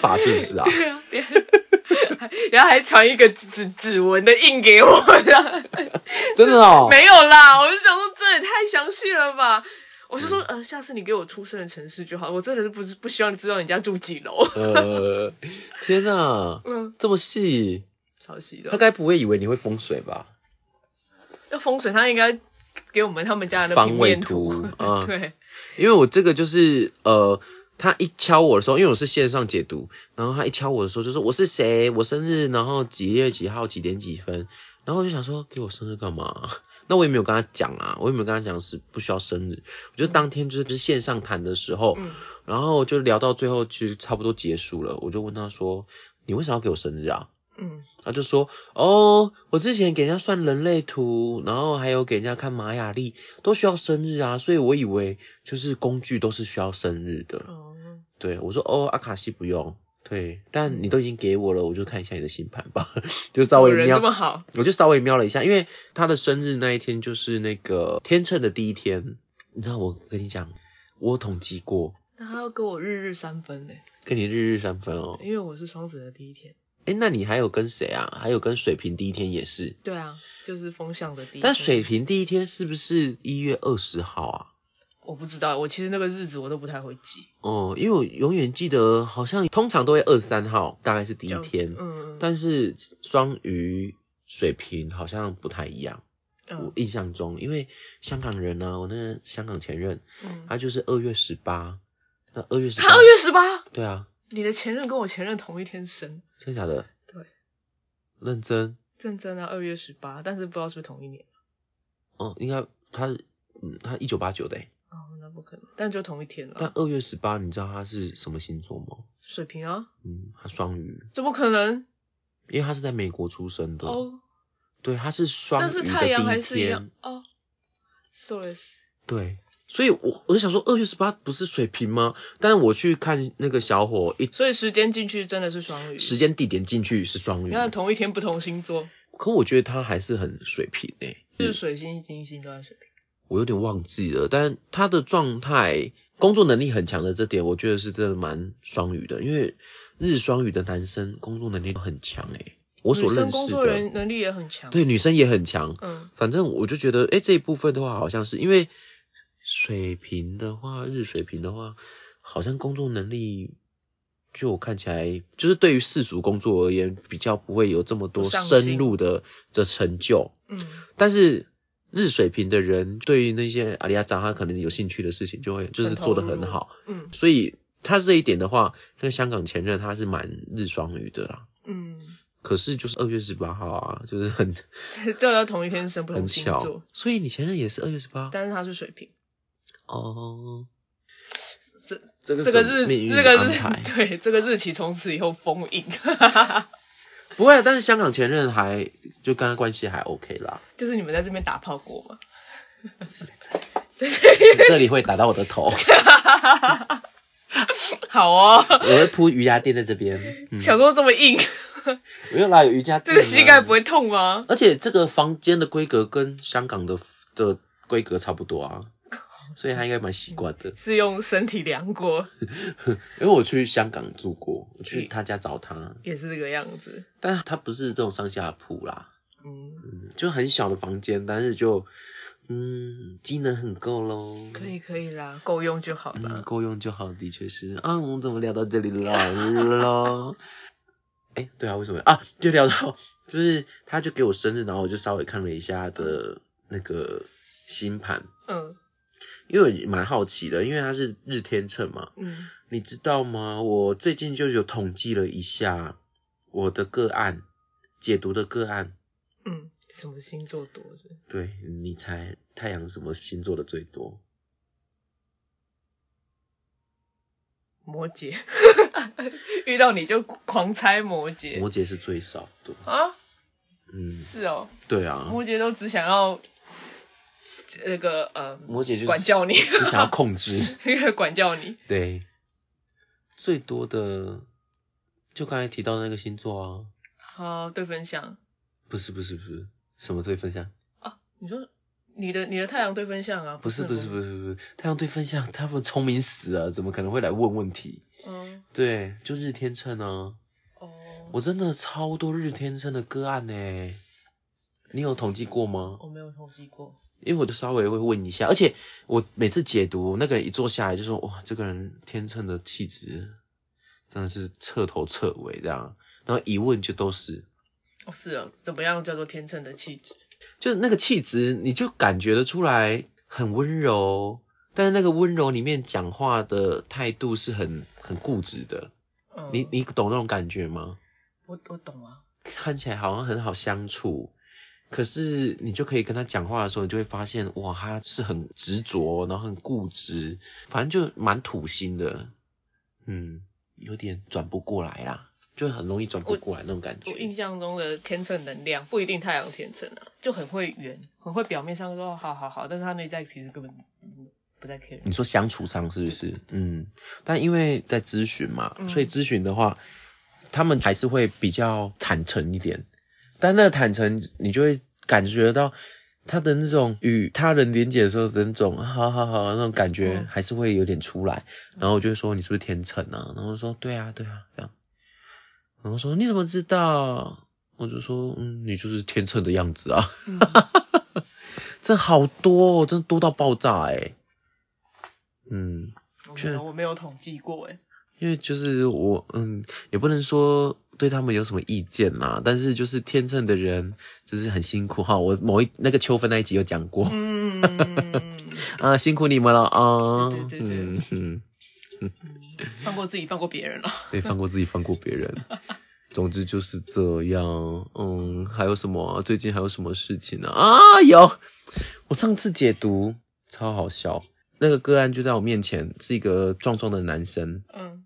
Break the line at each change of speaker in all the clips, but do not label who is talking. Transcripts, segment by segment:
法 是不是啊？
对啊，别人然后还传一个指指纹的印给我，这 样
真的哦，
没有啦，我就想说这也太详细了吧。我是说，呃，下次你给我出生的城市就好，我真的是不是不希望知道你家住几楼。
呃，天哪、
嗯，
这么细，
超细
他
的。
该不会以为你会风水吧？
那风水他应该给我们他们家的那
方
平
位
面
图
图，
啊
对，
因为我这个就是呃，他一敲我的时候，因为我是线上解读，然后他一敲我的时候就说我是谁，我生日，然后几月几号几点几分，然后我就想说给我生日干嘛？ 那我也没有跟他讲啊，我也没有跟他讲是不需要生日，我就当天就是就是线上谈的时候，
嗯
然后就聊到最后其实差不多结束了，我就问他说你为啥要给我生日啊？
嗯
他就说：“哦，我之前给人家算人类图，然后还有给人家看玛雅历，都需要生日啊，所以我以为就是工具都是需要生日的。
哦，
对我说：“哦，阿卡西不用。”对，但你都已经给我了，我就看一下你的星盘吧， 就稍
我
微
人这
瞄，
么好，
我就稍微瞄了一下，因为他的生日那一天就是那个天秤的第一天，你知道我跟你讲，我统计过，
那他要给我日日三分呢，
跟你日日三分哦。
因为我是双子的第一天。
诶，那你还有跟谁啊？还有跟水瓶第一天也是。
对啊，就是风向的第一天。
但水瓶第一天是不是一月二十号啊？
我不知道，我其实那个日子我都不太会记。
哦，因为我永远记得好像通常都会二十三号，大概是第一
这样
天。
嗯，
但是双鱼、水瓶好像不太一样。我
嗯
印象中，因为香港人呢、啊，我那个香港前任，
嗯，
他就是二月十八。那二月十八
他？二月十八，
对啊，
你的前任跟我前任同一天生，
真的假的？
对。
认真？
正真啊，二月十八，但是不知道是不是同一年。
哦，应该他是，嗯，他一九八九的欸。
哦，那不可能，但就同一天
但
了。
二月十八，你知道他是什么星座吗？
水瓶啊，
嗯，他双鱼。
怎么可能？
因为他是在美国出生的，
哦，
对，他是双
但
鱼的
是
第一
太阳还是一
天
样，哦。So is
对，所以我我就想说，二月十八不是水瓶吗？但是我去看那个小伙，一
所以时间进去真的是双鱼，
时间地点进去是双
你
鱼，
看同一天不同星座，
可我觉得他还是很水瓶诶、
就是水星、金星都在水瓶。
我有点忘记了，但他的状态。工作能力很强的这点，我觉得是真的蛮双鱼的，因为日双鱼的男生工作能力都很强诶、我所
女生
认
工
识
作
的，
人能力也很强。，
对女生也很强，
嗯，
反正我就觉得，哎、这一部分的话，好像是因为水平的话，日水平的话，好像工作能力，就我看起来，就是对于世俗工作而言，比较不会有这么多
不上心
深入的的成就。
嗯，
但是日水平的人，对于那些阿里亚扎他可能有兴趣的事情，就会就是做得很好，
嗯
所以他这一点的话，那香港前任他是蛮日双鱼的啦。
嗯，
可是就是二月十八号啊，就是很
这要同一天生不
很
同星
巧
座，，
所以你前任也是二月十八
但是他是水瓶，
哦。
这
这个
这个
是
日
命运
这个
安
日
排
对这个日期从此以后封印，
不会啊，但是香港前任还就跟他关系还 OK 啦。
就是你们在这边打炮过吗？
你这里会打到我的头，
好哦，
我会铺瑜伽垫在这边。嗯，
想说这么硬，
没有啦，有瑜伽垫、
这个膝盖不。会痛吗？
啊而且这个房间的规格跟香港的的规格差不多啊，所以他应该蛮习惯的。
是用身体量过，
因为我去香港住过，我去他家找他，
也是这个样子。
但他不是这种上下铺啦，
嗯，
嗯，就很小的房间，但是就嗯，机能很够喽。
可以可以啦，够用就好
嗯，
了。
够用就好，的确是啊。我们怎么聊到这里来了？ 哎、对啊，为什么啊？就聊到就是他就给我生日，然后我就稍微看了一下他的那个星盘，
嗯
因为我蛮好奇的，因为他是日天秤嘛，
嗯
你知道吗？我最近就有统计了一下我的个案，解读的个案，
嗯，什么星座多的？
对你猜太阳什么星座的最多？
摩羯， 遇到你就狂猜摩羯
摩羯是最少的，
啊？
嗯，
是哦，
对啊，
摩羯都只想要那个呃
摩羯就是
管教你，
只想要控制。
管教你。
对，最多的就刚才提到的那个星座啊，
好，对分享
不是不是不是，什么对分项？
啊，你说你的你的太阳对分相啊？
不是不
不
是不是不是，太阳对分项，他们聪明死了，怎么可能会来问问题？
嗯，
对，就日天秤啊，
哦，
我真的超多日天秤的个案呢、欸你有统计过吗？
我没有统计过。
因为我就稍微会问一下，而且我每次解读那个人一坐下来就说，哇，这个人天秤的气质真的是彻头彻尾这样，然后一问就都是，
哦，是啊，怎么样叫做天秤的气质？
就是那个气质，你就感觉得出来很温柔，但是那个温柔里面讲话的态度是很很固执的，
嗯，
你你懂那种感觉吗？
我我懂啊。
看起来好像很好相处，可是你就可以跟他讲话的时候，你就会发现，哇，他是很执着，然后很固执，反正就蛮土星的，嗯，有点转不过来啦，就很容易转不过来那种感
我
觉。
印象中的天秤能量不一定太阳天秤啊，就很会圆，很会表面上说哦好好好，但是他内在其实根本嗯不在 care。
你说相处上是不是？嗯，但因为在咨询嘛，
嗯
所以咨询的话，他们还是会比较坦诚一点。但那个坦诚，你就会感觉到他的那种与他人连接的时候的那种，好好好那种感觉
嗯，
还是会有点出来。然后我就会说你是不是天秤啊？然后说对啊对啊这样。然后说你怎么知道？我就说嗯，你就是天秤的样子啊。
嗯
这好多、哦，真的多到爆炸哎、嗯，
我没
确
有我没有统计过哎，
因为就是我，嗯，也不能说对他们有什么意见啦，但是就是天秤的人就是很辛苦哈。我某一那个秋分那一集有讲过，
嗯，
啊，辛苦你们了啊。
对对对对
嗯嗯，
放过自己，放过别人了。
对，放过自己，放过别 人。总之就是这样，嗯，还有什么啊、最近还有什么事情呢、啊？有，我上次解读超好笑，那个个案就在我面前，是一个壮壮的男生，
嗯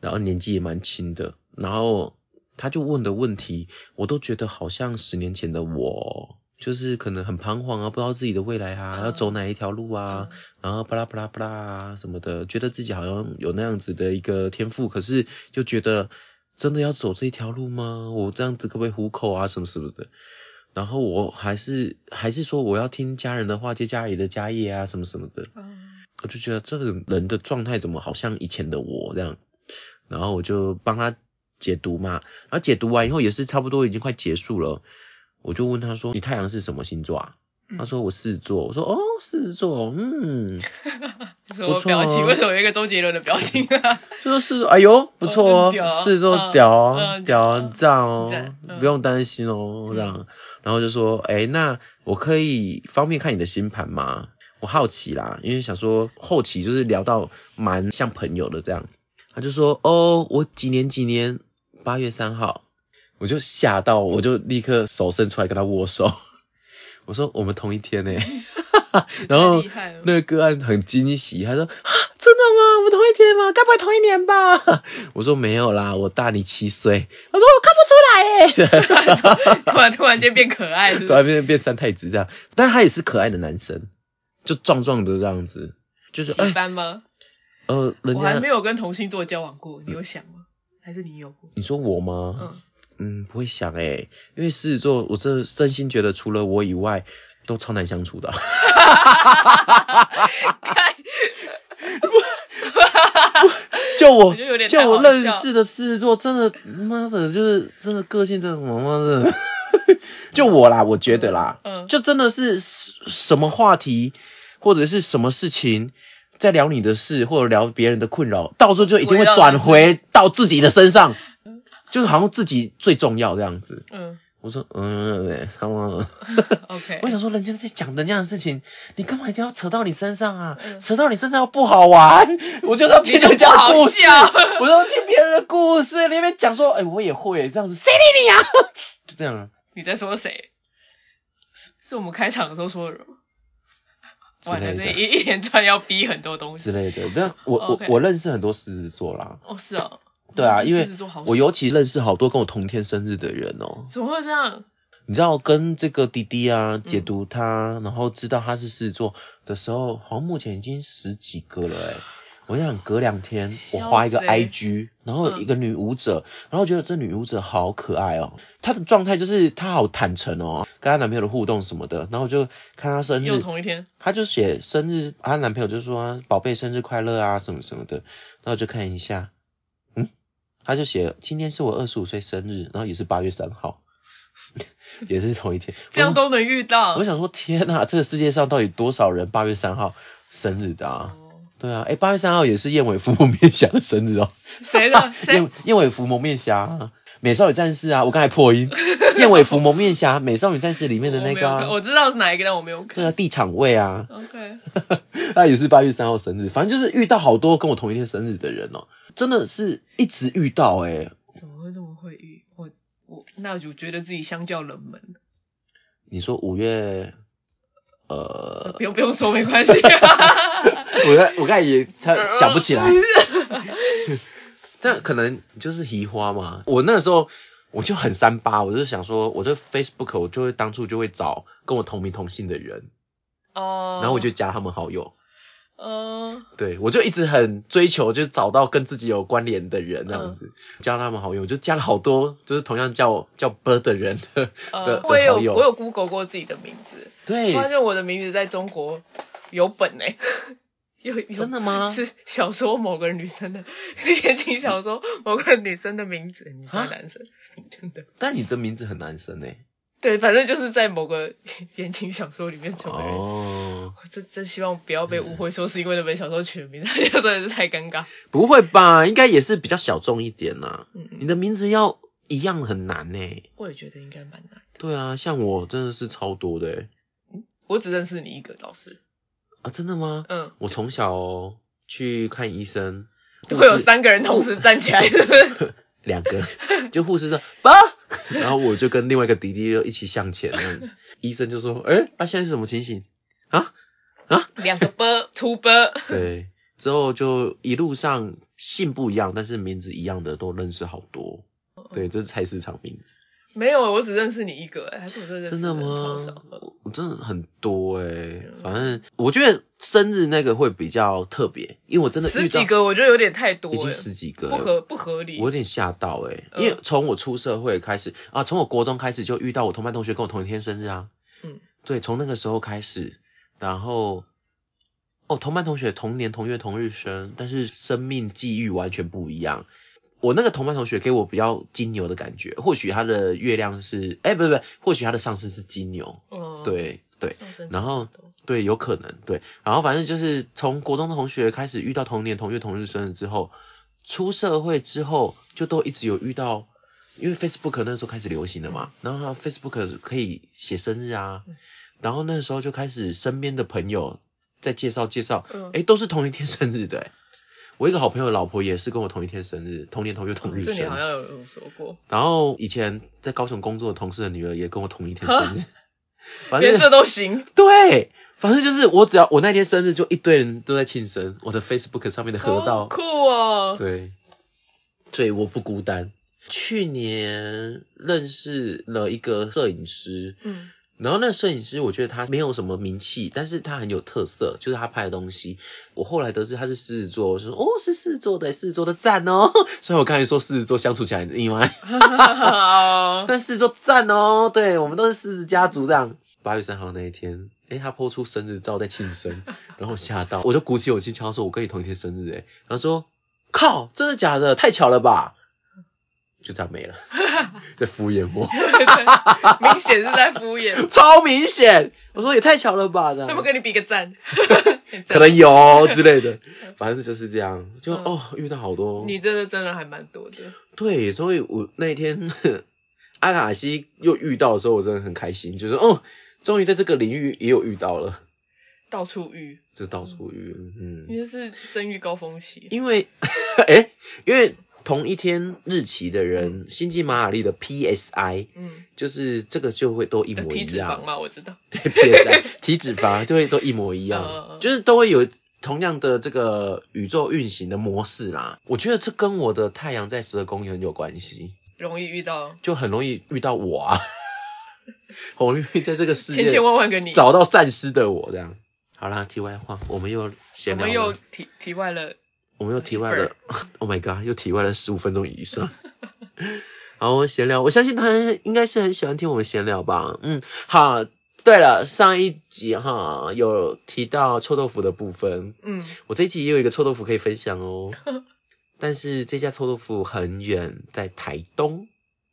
然后年纪也蛮轻的，然后他就问的问题，我都觉得好像十年前的我，就是可能很彷徨啊，不知道自己的未来啊，
嗯
要走哪一条路啊，
嗯
然后巴拉巴拉巴拉啊什么的，觉得自己好像有那样子的一个天赋，可是就觉得真的要走这一条路吗？我这样子可不可以糊口啊，什么什么的。然后我还是还是说我要听家人的话，接家里的家业啊，什么什么的。
嗯
我就觉得这个人的状态怎么好像以前的我这样，然后我就帮他解读嘛，然后解读完以后也是差不多已经快结束了，我就问他说：“你太阳是什么星座啊？”
嗯
他说：“我狮子座。”我说：“哦，狮子座，嗯，
什么
不错啊
表情？为什么有一个周杰伦的表情啊？
就说是，哎呦，不错
很
哦
屌啊，
狮子座
嗯
屌哦，
嗯
屌
嗯
哦，很赞哦
赞，嗯
不用担心哦，这样。”然后就说：“哎，那我可以方便看你的星盘吗？”我好奇啦，因为想说后期就是聊到蛮像朋友的这样，他就说：“哦，我几年几年，八月三号。”我就吓到，我就立刻手伸出来跟他握手。 我说：“我们同一天呢、 然后
太厉害了
那个个案很惊喜，他说：“啊，真的吗？我们同一天吗？该不会同一年吧？” 我说：“没有啦，我大你七岁。”他说：“我看不出来耶、
突然突然间变可爱，是不
突
是
然变变三太子这样，但他也是可爱的男生，就壮壮的这样子，就是哎、
喜欢吗？
呃，人
我还没
家嗯
有跟同星座交往过，你有想吗？还是你有过？
你说我吗？
嗯，
嗯不会想哎、因为狮子座，我真的真心觉得除了我以外，都超难相 处的。
看，
就我
我觉得有点太
就我
好笑
认识的狮子座，真的妈的，就是真的个性真的妈妈 的，就我啦，我觉得啦，
嗯
就真的是什什么话题或者是什么事情。在聊你的事，或者聊别人的困扰，到时候就一定会
围绕
转
到
回到自己的身上，就是好像自己最重要这样子。
嗯
我说，嗯，对，他们，
，OK，
我想说，人家在讲人家的事情，你干嘛一定要扯到你身上啊？
嗯
扯到你身上又不好玩，我就要听人家的故事
你就不好笑，
我就要听别人的故事，你那边讲说，哎、我也会这样子，谁理你啊？ 就这样啊，
你在说谁？是是我们开场的时候说的人吗？
之
完了，
类
这
的
一一连串要逼很多东
之
西。
类的。但我我
OK
我认识很多狮子座啦，
哦，是哦。
对啊，
是
因为
狮子座好
我
爽
尤其认识好多跟我同天生日的人哦、
怎么会这样？
你知道跟这个弟弟啊解读他，
嗯
然后知道他是狮子座的时候，好像目前已经十几个了哎、我想隔两天
小
我画一个
贼
IG，然后有
嗯
一个女舞者，然后我觉得这女舞者好可爱哦、她的状态就是她好坦诚哦、跟她男朋友的互动什么的，然后我就看她生
又
日，
同一天，
她就写生日，她男朋友就说宝贝生日快乐啊什么什么的，然后我就看一下，他就写今天是我二十五岁生日，然后也是八月三号， 也是同一天。
这样都能遇到。
我想说，天呐，这个世界上到底多少人八月三号生日的啊？
哦
对啊，哎，八月三号也是燕尾服蒙面侠的生日哦。
谁的谁
燕燕尾服蒙面侠、啊，美少女战士啊，我刚才破音。燕尾服蒙面侠，美少女战士里面的那个、
我没有看
啊，
我知道是哪一个，但我没有看。
对啊，地场位啊，
OK，
他也是八月三号生日，反正就是遇到好多跟我同一天生日的人哦、真的是一直遇到哎、
怎么会那么会遇？我我那我就觉得自己相较冷门，
你说五月，呃，
不用不用说，没关系。
我刚我刚才也他想不起来，但可能就是移花嘛。我那时候我就很三八，我就想说，我就 Facebook 我就会当初就会找跟我同名同姓的人，
哦，
然后我就加他们好友。
嗯，
对，我就一直很追求，就是找到跟自己有关联的人那
嗯
样子，加他们好友，我就加了好多，就是同样叫叫 bird 的人的的
呃
的，
我也有
好友
我有 Google 过自己的名字，
对，
发现我的名字在中国有 本呢、有有
真的吗？
是小说某个女生的 言情小说某个女生的名字，女生
啊
还是男生，真的
但你的名字很男生哎、
对，反正就是在某个 言情小说里面成为人。
哦，嗯
我真真希望不要被误会，说是因为那本小说取的名字， 真的是太尴尬。
不会吧？应该也是比较小众一点啦、
嗯
你
嗯，
的名字要一样很难呢、欸
我也觉得应该蛮难。
对啊，像我真的是超多的、欸、
我只认识你一个老师，
啊，真的吗？
嗯，
我从小、哦、去看医生，
会有
护士
三个人同时站起来，是不是？
两 个，就护士说爸，然后我就跟另外一个弟弟就一起向前，这样医生就说，哎、啊现在是什么情形啊？
两个波，two 波，
对，之后就一路上姓不一样，但是名字一样的都认识好多。对，这是菜市场名字，
没有，我只认识你一个，哎，还是我真的认
真
识
的
人超
吗
少。？
我我真的很多哎、
嗯
反正我觉得生日那个会比较特别，因为我真的
十
遇到
几个我觉得有点太多
已经
了，
十几个
不
了，
合不合理
我。有点吓到哎、
嗯
因为从我出社会开始啊，从我国中开始就遇到我同班同学跟我同一天生日啊。
嗯，
对，从那个时候开始，然后哦，同班同学同年同月同日生，但是生命际遇完全不一样。我那个同班同学给我比较金牛的感觉，或许他的月亮是哎、不不不，或许他的上司是金牛，
嗯，
对对
上升
然后
差不多
对，有可能对。然后反正就是从国中的同学开始遇到同年同月同日生日之后，出社会之后就都一直有遇到，因为 Facebook 那时候开始流行了嘛，然后它 Facebook 可以写生日啊
嗯，
然后那时候就开始身边的朋友在介绍介绍，
嗯
诶，都是同一天生日的、诶我一个好朋友的老婆也是跟我同一天生日，同年同月同日
哦这
生。
你好像有有说过，
然后以前在高雄工作的同事的女儿也跟我同一天生日， 反正
连这都行，
对，反正就是我只要我那天生日，就一堆人都在庆生，我的 Facebook 上面的河
好
道，
酷哦。
对，所以我不孤单。去年认识了一个摄影师，
嗯，
然后那个摄影师我觉得他没有什么名气，但是他很有特色，就是他拍的东西。我后来得知他是狮子座，我就说哦是狮子座的，狮子座的赞哦。 虽然我刚才说狮子座相处起来很意外，
好
但是就赞哦，对我们都是狮子家族这样。八月三号那一天，诶、他抛出生日照在庆生， 然后吓到，我就鼓起勇气敲说，我跟你同一天生日、诶，然后说，靠，真的假的？太巧了吧？就这样没了， 在敷衍 我，
明显是在 敷衍。
超明显。我说也太巧了吧，这
他们
样
跟你比个赞，很赞
可能有之类的，反正就是这样，就、
嗯
哦遇到好多，
你真的真的还蛮多的。
对，所以我那一天阿卡西又遇到的时候，我真的很开心，就是哦，终于在这个领域也有遇到了，
到处遇，
就到处遇，嗯，
因为是生育高峰期。
因为，哎、因为同一天日期的人，星际马雅历的 PSI
嗯，
就是这个就会都一
的
模
呃体
一
脂肪
样，
嘛，我知道。
对 PSI 体脂肪就会都一模一
嗯嗯
样，
嗯
就是都会有。同样的这个宇宙运行的模式啦，我觉得这跟我的太阳在十二宫也很有关系。
容易遇到
就很容易遇到我啊， 很容易在这个世
千
界
千万万个你。
找到善失的我这样。好啦，题外话，我们又
我
闲聊了
们又，题题外了，
我们又题外
一
了 ，Oh my god，又题外了十五分钟以上。 好，我们闲聊，我相信他应该是很喜欢听我们闲聊吧。嗯，好，对了，上一集哈有提到臭豆腐的部分，
嗯，
我这一集也有一个臭豆腐可以分享哦。但是这家臭豆腐很远，在台东。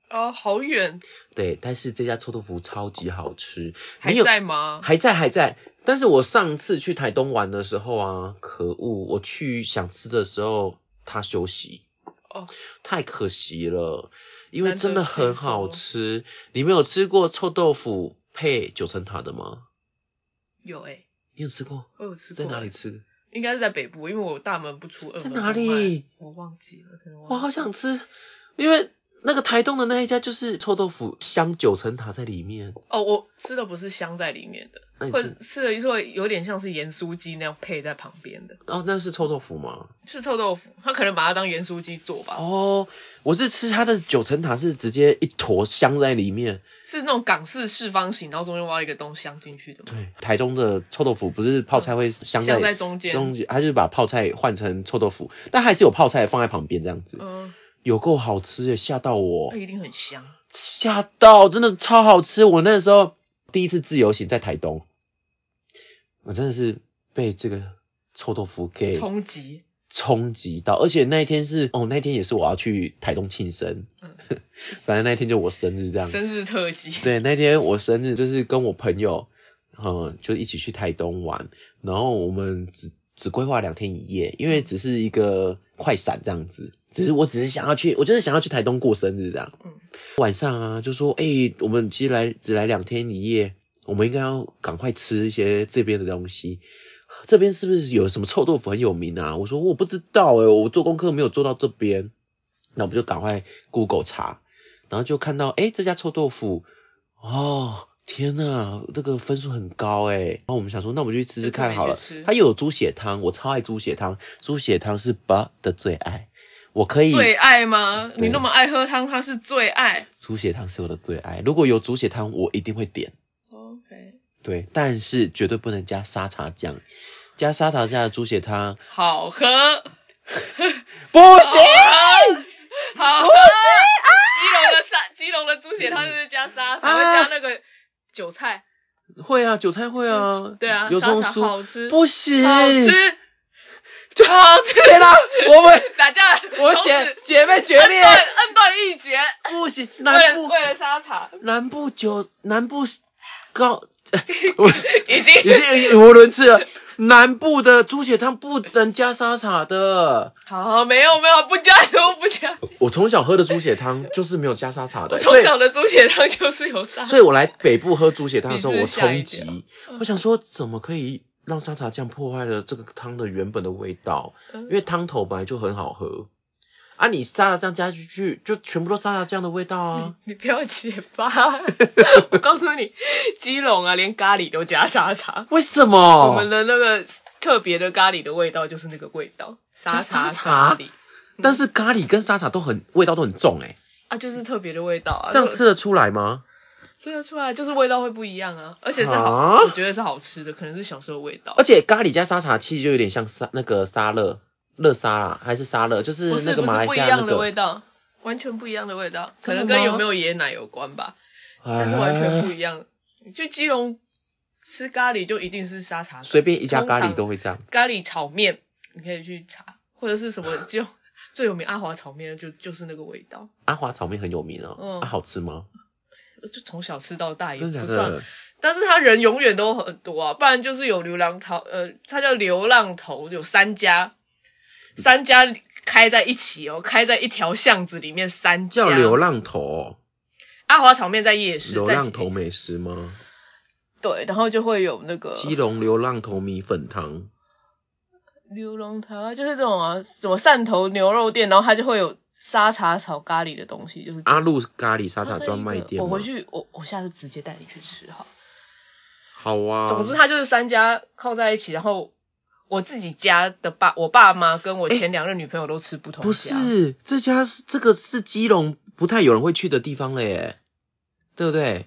哦，好远，
对，但是这家臭豆腐超级好吃，
还
有
在吗？
还在还在。但是我上次去台东玩的时候啊，可恶，我去想吃的时候他休息，
哦，
太可惜了，因为
难得
真的很
可以
好
说
吃。你们有吃过臭豆腐配九层塔的吗？
有哎、
你有吃过？
我有吃过。欸
在哪里？吃？
应该是在北部，因为我大门不出二门
在
不迈。
哪里
我忘记了，真的忘记了。
我好想吃，因为那个台东的那一家就是臭豆腐香九层塔在里面。
哦，我吃的不是香在里面的，
那你
或
吃
者吃的说有点像是盐酥鸡那样配在旁边的，
哦，那是臭豆腐吗？
是臭豆腐，他可能把它当盐酥鸡做吧，
哦，我是吃它的九层塔是直接一坨香在里面。
是那种港式四方形，然后中间挖一个洞镶进去的嘛，
对，台中的臭豆腐不是泡菜会香在
镶在中间。
中间，它就是把泡菜换成臭豆腐，但还是有泡菜放在旁边这样子，
嗯，
有够好吃耶，吓到我
那，一定很香。
吓到，真的超好吃。我那时候第一次自由行在台东，我真的是被这个臭豆腐给
冲击，
冲击到，而且那一天是哦，那一天也是我要去台东庆生，
嗯
反正那一天就我生日这样。
生日特辑，
对，那天我生日就是跟我朋友，嗯，就一起去台东玩，然后我们只只规划两天一夜，因为只是一个快闪这样子，只是我只是想要去，我就是想要去台东过生日这样。
嗯
晚上啊，就说，哎、我们其实来只来两天一夜，我们应该要赶快吃一些这边的东西。这边是不是有什么臭豆腐很有名啊？我说我不知道哎、我做功课没有做到这边，那我们就赶快 Google 查，然后就看到哎、这家臭豆腐哦，天呐，这个分数很高哎。然后我们想说，那我们就去吃吃看好了
就特别去吃。
它又有猪血汤，我超爱猪血汤，猪血汤是爸的最爱。我可以，
最爱吗？
对
你那么爱喝汤，它是最爱。
猪血汤是我的最爱。如果有猪血汤，我一定会点。
OK，
对，但是绝对不能加沙茶酱，加沙茶酱的猪血汤
好喝，
不行。啊
好喝。基隆的沙，基隆的猪血汤就是加沙茶，
啊
会加那个韭菜，
会啊，韭菜会啊，
对啊，
油
沙
葱
茶
酥
好吃，
不行，
好吃， 好吃。
天哪、我们
打架了，
我
从此
姐姐妹决
恩
裂，
断恩断义绝，
不行，
为
南
了
部
为了沙茶，
南部九南部高， 我
已
已
经
经语无伦次了。南部的猪血汤不能加沙茶的，
好没有没有不加油不加，
我从小喝的猪血汤就是没有加沙茶的，所
从
以
小的猪血汤就是有 沙
所以我来北部喝猪血汤的时候，
你
我
是不是吓
冲
一跳
击，我想说怎么可以让沙茶酱破坏了这个汤的原本的味道？
嗯
因为汤头本来就很好喝啊，你沙茶酱加进去就全部都沙茶酱的味道啊。
你不要结 巴！我告诉你，基隆啊，连咖喱都加沙茶。
为什么？
我们的那个特别的咖喱的味道就是那个味道，沙
加
茶
沙茶
咖喱
但是咖喱跟沙茶都很味道都很重哎、
啊，就是特别的味道啊。
这样吃得出来吗？
吃得出来，就是味道会不一样啊，而且是好，
啊哦
我觉得是好吃的，可能是小时候的味道
而。且咖喱加沙茶其实就有点像沙那个沙乐乐沙啦，还是沙乐，就是
不
那
是
个
不
马
是
来
不
西
一
亚那
样的味
个，
道，完全不一样的味道，可
真的
能跟
吗啊
有没有椰奶有关吧，但
但
是完全不一样。就基隆吃咖喱就一定是沙茶
随便一家咖
通
喱
常
都会这样。
咖喱炒面，你可以去查，或者是什么就 最有名阿华炒面就就是那个味道，
阿华炒面很有名哦，
嗯
啊好吃吗？
就从小吃到大也
真的假
不算，
的？
但是他人永远都很多啊，不然就是有流浪头，呃，他叫流浪头，有三家，三家开在一起哦，开在一条巷子里面三家。
叫流浪头哦、
阿华炒面在夜市，
流
在
浪头美食吗？
对，然后就会有那个
基隆流浪头米粉汤，
流浪头啊，就是这种啊，什么汕头牛肉店，然后它就会有沙茶炒咖喱的东西，就是
阿路咖喱沙
它
茶
在
专
一
卖
个
店
我
吗
回？去，我我下次直接带你去吃哈。
好啊。
总之，它就是三家靠在一起，然后我自己家的爸，我爸妈跟我前两任女朋友都吃不同家。
不，是这家是这个是基隆不太有人会去的地方了耶，对不对？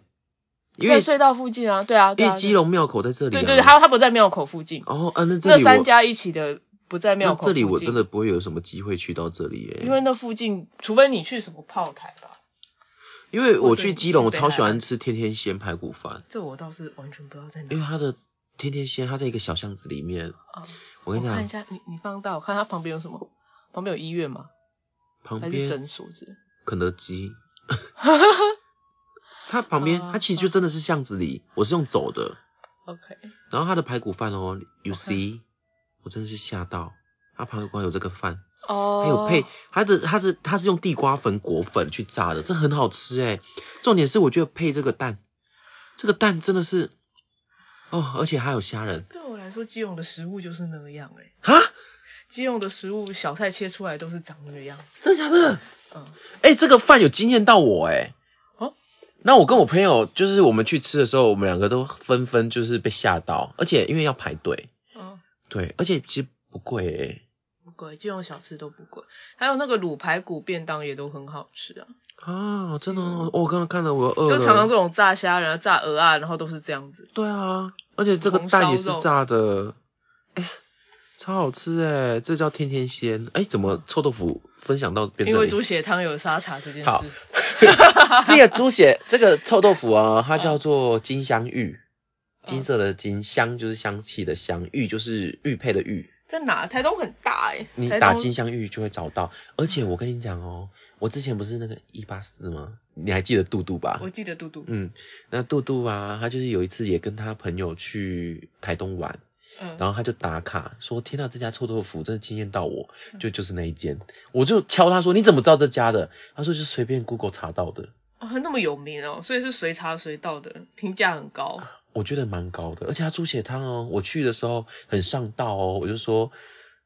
因为
在隧道附近啊，对啊，对
因
啊
为基隆庙口在这里、啊。
对对对，它它不在庙口附近，
哦啊，那这
那
里
三
我
家一起的不在庙
那
口
这
附近。
里我真，的不会有什么机会去到这里耶，
因为那附近，除非你去什么炮台吧，
因为我去基隆，我
或者你去北
超
海岸
喜欢吃天天鲜排骨饭，
这我倒是完全不知道在哪
因。为它的天天鲜它在一个小巷子里面，
啊，
我跟你
看一
讲，
下，你你放大，我看它旁边有什么。旁边有医院吗？
旁
还是
边
诊所之类？
肯德 基，它旁边
啊
它其实就真的是巷子里，我是用走的。
OK，
然后它的排骨饭哦，you
OK
see，我真的是吓到，它排骨饭有这个饭，
哦，
还有配它的它是它是用地瓜粉裹粉去炸的，这很好吃哎。重点是我觉得配这个蛋，这个蛋真的是哦，而且还有虾仁
对我来说，基隆的食物就是那样哎、欸，
啊，
基隆的食物小菜切出来都是长那个样子，
真的假的？
嗯，
哎、这个饭有惊艳到我哎、
哦
那我跟我朋友就是我们去吃的时候，我们两个都纷纷就是被吓到，而且因为要排队，
哦，
对，而且其实不贵哎、
不贵，基隆小吃都不贵，还有那个卤排骨便当也都很好吃啊，
啊，真的很好，哦我刚刚看了，我饿
就
了。
常常这种炸虾然后炸鹅啊，然后都是这样子，
对啊，而且这个蛋也是炸的，哎、超好吃哎、这叫天天鲜哎、怎么臭豆腐分享到变
因
这
为
里？
猪血汤有沙茶这件
好
事，
这个猪血，这个臭豆腐
嗯
啊，它叫做金香玉，金色的金，香就是香气的香，玉就是玉佩的玉。
在哪？台东很大哎、
你
台
打
东
金镶玉就会找到。而且我跟你讲哦，我之前不是那个一八四吗？你还记得杜杜吧
我？记得嘟嘟，
嗯，那杜杜啊，他就是有一次也跟他朋友去台东玩，
嗯，
然后他就打卡说：“天呐，这家臭豆腐真的惊艳到我，
嗯
就就是那一间。”我就敲他说：“你怎么知道这家的？”他说：“就随便 Google 查到的。
哦，它那么有名哦，所以是随查随到的，评价很高。”
我觉得蛮高的，而且他猪血汤哦，我去的时候很上道哦，我就说。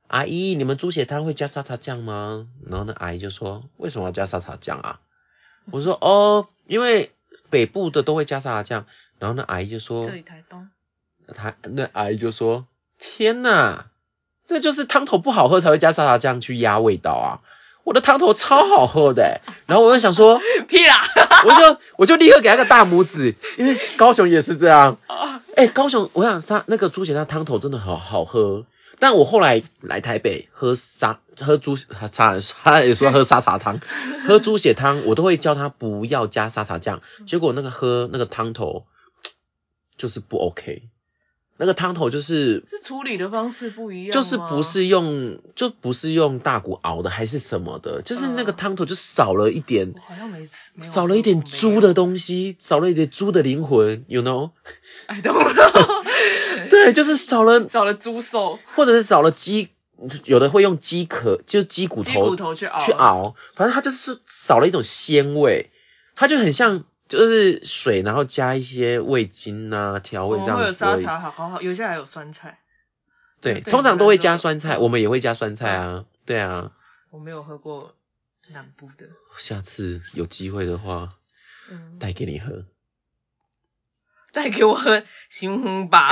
阿姨，你们猪血汤会加沙茶酱吗？然后那阿姨就说：“为什么要加沙茶酱啊？”我说：“哦，因为北部的都会加沙茶酱。”然后那阿姨就说
这里台东，：“
她那阿姨就说，天呐，这就是汤头不好喝才会加沙茶酱去压味道啊！我的汤头超好喝的欸、然后我就想说，
屁啦！
我就我就立刻给他个大拇指，因为高雄也是这样。哎、高雄，我想沙那个猪血汤汤头真的好好喝，但我后来来台北喝沙喝猪他他他也说喝沙茶汤，喝猪血汤我都会叫他不要加沙茶酱，结果那个喝那个汤头就是不 OK，那个汤头就是
是处理的方式不啊一样吗，
就是不是用就不是用大骨熬的还是什么的，就是那个
嗯
汤头就少了一点。
我好像没吃，没有
少了一点猪的东西，少了一点猪的灵魂，you know？
，I don't know，
对，就是少了，
少了猪瘦，
或者是少了鸡，有的会用鸡壳，就是鸡骨头
鸡骨头哦去熬，
去，熬，反正它就是少了一种鲜味，它就很像就是水，然后加一些味精啊调
我
味这
们
样
哦会
子
有
而
沙
已
茶，好好好，有些还有酸菜，
对，
对
通常都会加酸
你们
菜，
说
我们也会加酸菜
嗯
啊，对啊，
我没有喝过南部的，
下次有机会的话
嗯，
带给你喝。
带给我喝行 哼吧，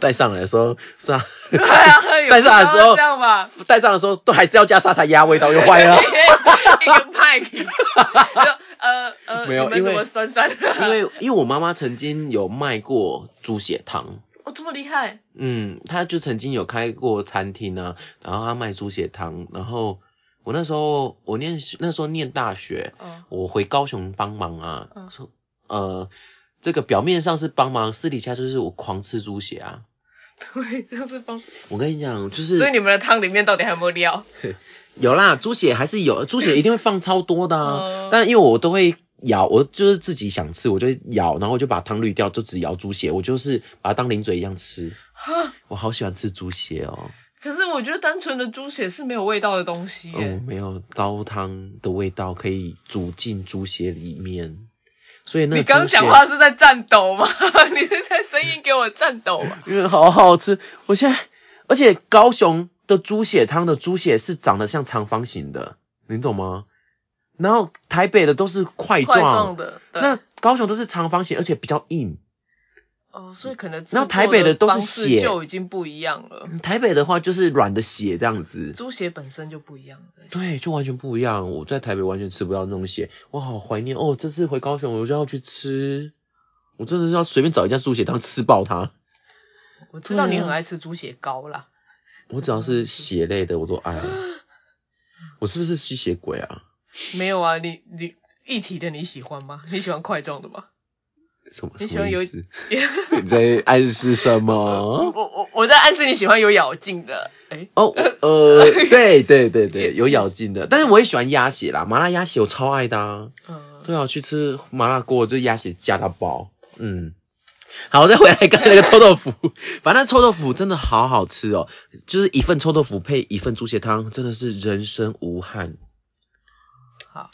带上来的时候是啊，
对啊，有
带上来的时候
这样吧，
带上的时候都还是要加沙茶压味道，又坏 了。
一个派，就呃呃，
没有
你们怎
因
么
为
酸酸的？
因为因为我妈妈曾经有卖过猪血汤，
哦这么厉害，
嗯，她就曾经有开过餐厅啊，然后她卖猪血汤，然后我那时候我念那时候念大学，
嗯
我回高雄帮忙
嗯
啊，说、呃这个表面上是帮忙，私底下就是我狂吃猪血啊。
对，这样是帮。
我跟你讲，就
所以
是
你们的汤里面到底还有没有料？
有啦，猪血还是有，猪血一定会放超多的啊
嗯。
但因为我都会舀，我就是自己想吃，我就会舀，然后我就把汤滤掉，就只舀猪血，我就是把它当零嘴一样吃。
哈，
我好喜欢吃猪血哦，
可是我觉得单纯的猪血是没有味道的东西耶。
嗯，没有高汤的味道可以煮进猪血里面，所以那个
你刚
猪血
讲话，是在颤抖吗？ 你是在声音给我颤抖吗？
因为好好吃。我现在，而且高雄的猪血汤的猪血是长得像长方形的，你懂吗？然后台北的都是块
块
状，
状的，对
那高雄都是长方形，而且比较硬。
哦，所以可能制
然后台
作
北的都是
方式
血
就已经不一样了，
台北的话就是软的血这样子，
猪血本身就不一样了。
对，就完全不一样。我在台北完全吃不到那种血，我好怀念哦。这次回高雄，我就要去吃，我真的是要随便找一家猪血汤吃爆它。
我知道
对啊
你很爱吃猪血糕啦，
我只要是血类的，我都爱。我是不是吸血鬼啊？
没有啊？你你一体的你喜欢吗？你喜欢块 状的吗？
什么
你喜
什么
欢有
意思？你在暗示什么？
我我我在暗示你喜欢有咬劲的。哎、
哦， 呃，对对对对，有咬劲的，但是我也喜欢鸭血啦，麻辣鸭血我超爱的啊。
嗯，
对啊，去吃麻辣锅就鸭血加到爆。嗯，好，再回来刚才那个臭豆腐， 反正臭豆腐真的好好吃哦，就是一份臭豆腐配一份猪血汤，真的是人生无憾。
好，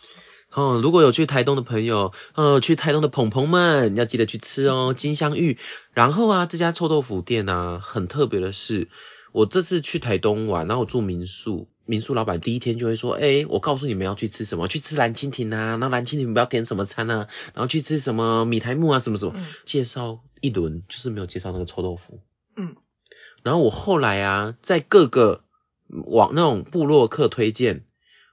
哦，如果有去台东的朋友，呃，去台东的朋朋们要记得去吃哦，金香玉。然后啊，这家臭豆腐店啊，很特别的是，我这次去台东玩，然后我住民宿，民宿老板第一天就会说，哎、我告诉你们要去吃什么，去吃蓝蜻蜓啊，那蓝蜻蜓不要点什么餐啊，然后去吃什么米苔木啊，什么什么，
嗯
介绍一轮，就是没有介绍那个臭豆腐。
嗯，
然后我后来啊，在各个网那种部落客推荐，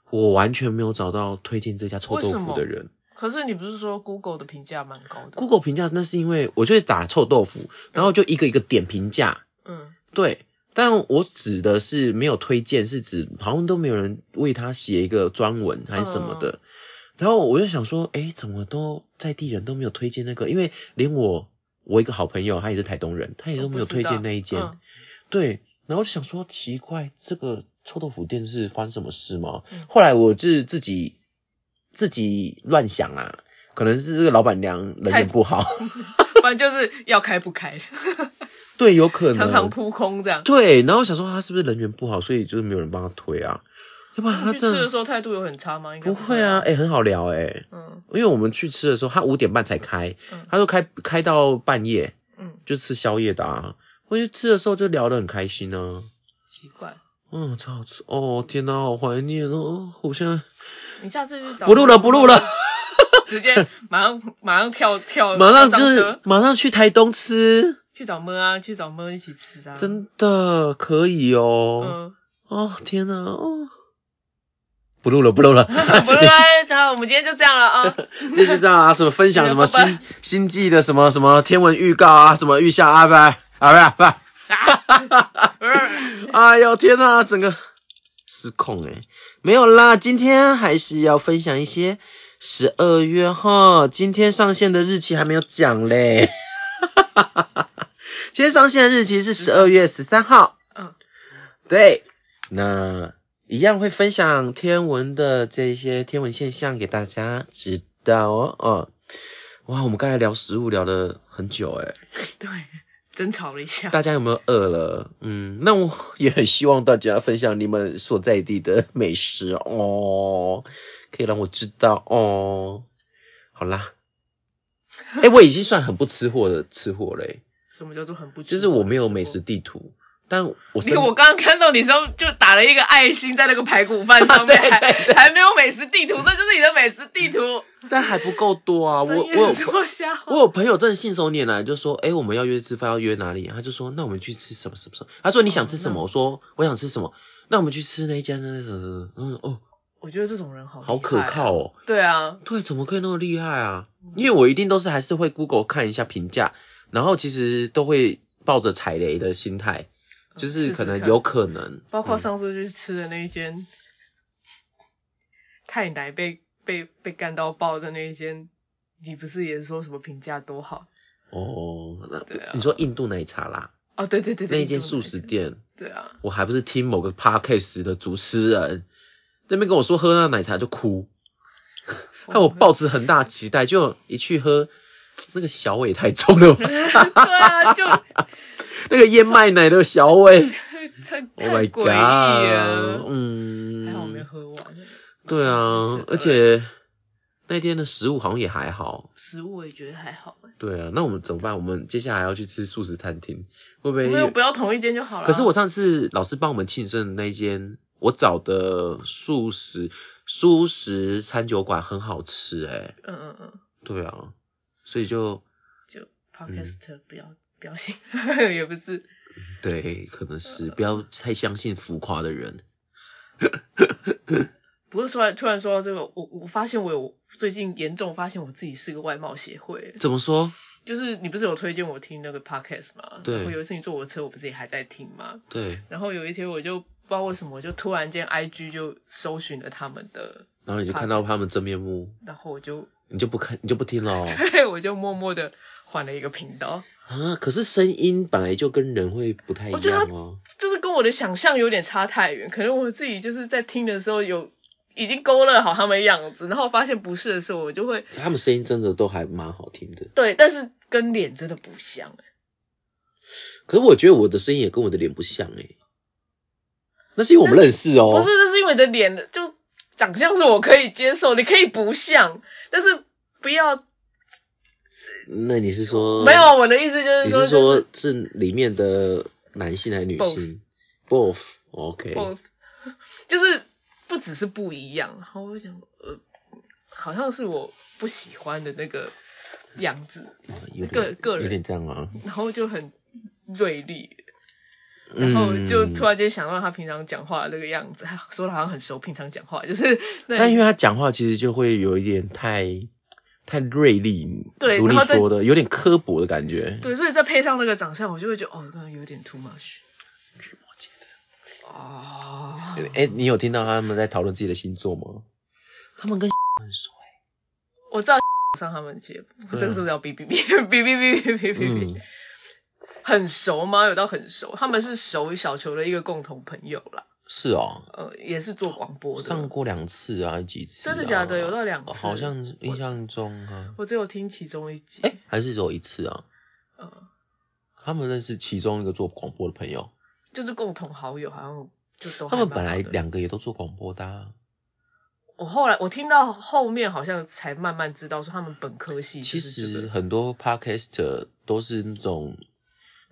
我完全没有找到推荐这家臭豆
为
腐
什么
的人。
可是你不是说 Google 的评价蛮高的？
Google 评价那是因为我就会打臭豆腐，然后就一个一个点评价。
嗯
对，但我指的是没有推荐，是指好像都没有人为他写一个专文还是什么
嗯
的。然后我就想说，哎，怎么都在地人都没有推荐那个？因为连我我一个好朋友，他也是台东人，他也都没有推荐那一间。
嗯
对，然后我就想说奇怪，这个臭豆腐店是发生什么事吗？
嗯
后来我就是自己自己乱想啦、可能是这个老板娘人
太
也不好，
反正就是要开不开，
对，有可能
常常扑空这样。
对，然后想说他是不是人缘不好，所以就是没有人帮他推啊？要不然他
你去吃
真
的
的
时候态度有很差吗？应该
不会啊，。哎、很好聊哎、
嗯
因为我们去吃的时候，他五点半才开
嗯，
他说开开到半夜，
嗯，
就吃宵夜的啊。我去吃的时候就聊得很开心啊，
奇怪。
嗯，超好吃哦！天哪，好怀念哦！我现在
你下次去找
不录了，不录了，
直接马上马上跳跳，
马上就
跳呃
是
上车
马上去台东吃，
去找妹啊，去找妹一起吃啊。
真的可以哦！
嗯，
哦，天哪，哦，不录了，不录了。
不录了，那我们今天就这样 了啊。
就是这样啊，什么分享什么
拜拜
星星际的什么什么天文预告啊，什么预下啊，拜拜啊拜拜，
啊
哎呦天呐，整个失控诶、没有啦，今天还是要分享一些十二月哈，今天上线的日期还没有讲嘞， 今天上线的日期是十二月十三号，
嗯，
对，那一样会分享天文的这些天文现象给大家知道哦。哦，哇，我们刚才聊食物聊了很久诶，
对，争吵了一下。
大家有没有饿了？嗯，那我 也很希望大家分享你们所在地的美食哦，可以让我知道哦。好 啦，诶，我已经算很不吃货的吃货嘞、
什么叫做很不？
就是我没有美食。地图，但我
你
身
我刚刚看到你时候就打了一个爱心在那个排骨饭上 面，
对对
还还没有美食地图，那就是你的美食地图。
但还不够多啊，我
睁
我有
眼说瞎话
我有朋友真的信手拈来，就说，哎、我们要约吃饭，要约哪里？他就说，那我们去吃什么什么什么？他说你想吃什么？
哦
我说我想吃什么？那我们去吃那一家那什么什么？嗯哦，
我觉得这种人好、
好可靠。哦。
对啊，
对，怎么可以那么厉害啊？因为我一定都是还是会 Google 看一下评价，然后其实都会抱着踩雷的心态，就
试
是
试
可能
看
有可能，
包括
嗯
上次去吃的那一间、太奶被被被干到爆的那一间，你不是也说什么评价多好？
哦，
对啊
那你说印度奶茶啦，
哦，对对对
那
对，
一间
印度
素
奶
食
茶，
店，
对啊，
我还不是听某个 podcast 的主持人那边跟我说喝那奶茶就哭，
哦
害我抱持很大期待，就一去喝，那个小味太重了，
对啊，就
那个燕麦奶的小味
太
，Oh
太
my
诡异了
god，。嗯，
还好我没有喝完，
对
没
啊
事，
而且那天的食物好像也还好，
食物我也觉得还好，
对啊，那我们怎么办？我们接下来要去吃素食餐厅，会不会
没有不要同一间就好了。啊
可是我上次老师帮我们庆生的那间，我找的素食素食餐酒馆很好吃诶、
嗯嗯嗯，
对啊，所以就嗯
就 podcast 不要不要信， 也不是
对，可能是不要太相信浮夸的人。
不是突然突然说到这个，我我发现我有最近严重发现我自己是个外貌协会，
怎么说？
就是你不是有推荐我听那个 podcast 吗？
对
然后有一次你坐我车，我不是也还在听吗？
对，
然后有一天我就不知道为什么，我就突然间 IG 就搜寻了他们的，
然后你就看到他们真面目，
然后我就
你就不看，你就不听了哦。
我就默默的换了一个频道，
啊，可是声音本来就跟人会不太一
我觉得
样哦。
就是跟我的想象有点差太远，可能我自己就是在听的时候有已经勾勒好他们的样子，然后发现不是的时候，我就会
他们声音真的都还蛮好听的，
对，但是跟脸真的不像、欸
可是我觉得我的声音也跟我的脸不像诶、那是因为我们认识哦。
不是，这是因为你的脸就长相是我可以接受，你可以不像，但是不要、
嗯那你是说
没？有我的意思就是
你
说
是
就是
说是里面的男性还是女性？Both。OK。
both，就是不只是不一样，然后我就想呃，好像是我不喜欢的那个样子，
啊有
个
点
个人
有点这样啊。
然后就很锐利，
嗯
然后就突
然，
然间想到他平常讲话的那个样子，说的好像很熟，平常讲话就是那
但因为他讲话其实就会有一点太太锐利，
对
如你
然后再
说的有点刻薄的感觉。
对，所以再配上那个长相，我就会觉得哦，那有点 too much
日摩羯
啊。
对，哎、你有听到他们在讨论自己的星座吗？嗯他们跟很熟
我知道上他们节目，
对啊
这个是不是要哔哔哔哔哔哔哔哔哔
嗯
哔？，很熟吗？有到很熟，他们是熟小球的一个共同朋友啦，
是哦，
呃，也是做广播
上
的。
过两次啊，几次、啊？
真的假的有到两次
好像印象中啊，
我只有听其中一集，
哎、还是只有一次啊。
呃，
他们认识其中一个做广播的朋友，
就是共同好友，好像就都还
他们
蛮
本
好
来
的
两个也都做广播的、啊。
我后来我听到后面好像才慢慢知道说他们本科系就
其
是这
实
个
很多 podcaster 都是那种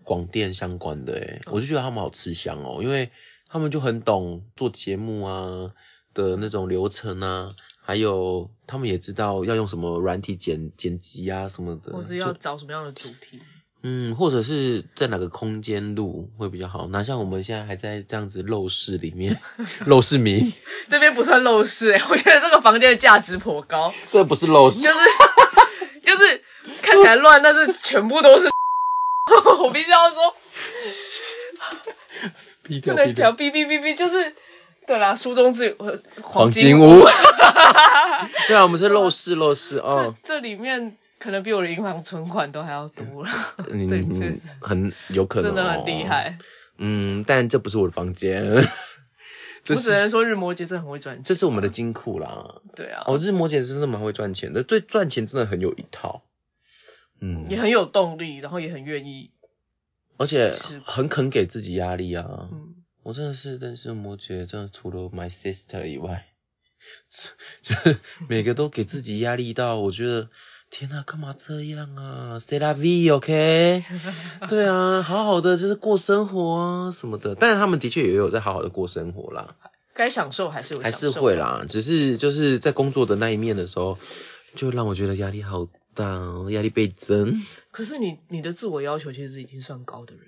广电相关的、欸，
嗯
我就觉得他们好吃香哦，因为他们就很懂做节目啊的那种流程啊，还有他们也知道要用什么软体剪剪辑啊什么的，
或是
就
要找什么样的主题，
嗯，或者是在哪个空间录会比较好，哪像我们现在还在这样子陋室里 面，陋室民，
这边不算陋室 哎、我觉得这个房间的价值颇高，
这不是陋
就
室，
是 就是看起来乱，但是全部都是， 我必须要说
低
不
调低调，
能讲哔哔哔哔，就是对啦，书中自有呃
黄
黄
金
金
屋， 对啊，我们是陋室陋室哦
这。这里面可能比我的银行存款都还要多了， 对对
嗯，很有可能、
真
哦，
的很厉。害。
嗯，但这不是我的房 间，
我
这
只
是
能说日摩羯真的很会赚钱，
这是我们的金库啦。
对啊，
哦，日摩羯真的蛮会赚钱的，对赚钱真的很有一套。嗯，
也很有动力，然后也很愿意，
而且
是
很肯给自己压力啊。
嗯。
我真的是认识摩羯，真的除了 my sister 以外，就是每个都给自己压力到，我觉得天呐，干嘛这样啊？C l a V OK，对啊，好好的就是过生活啊什么的，但是他们的确也有在好好的过生活啦，
该享受还是有
还
享
是
受，
会啦，只是就是在工作的那一面的时候，就让我觉得压力好大哦，压力倍增。
可是你你的自我要求其实已经算高的人，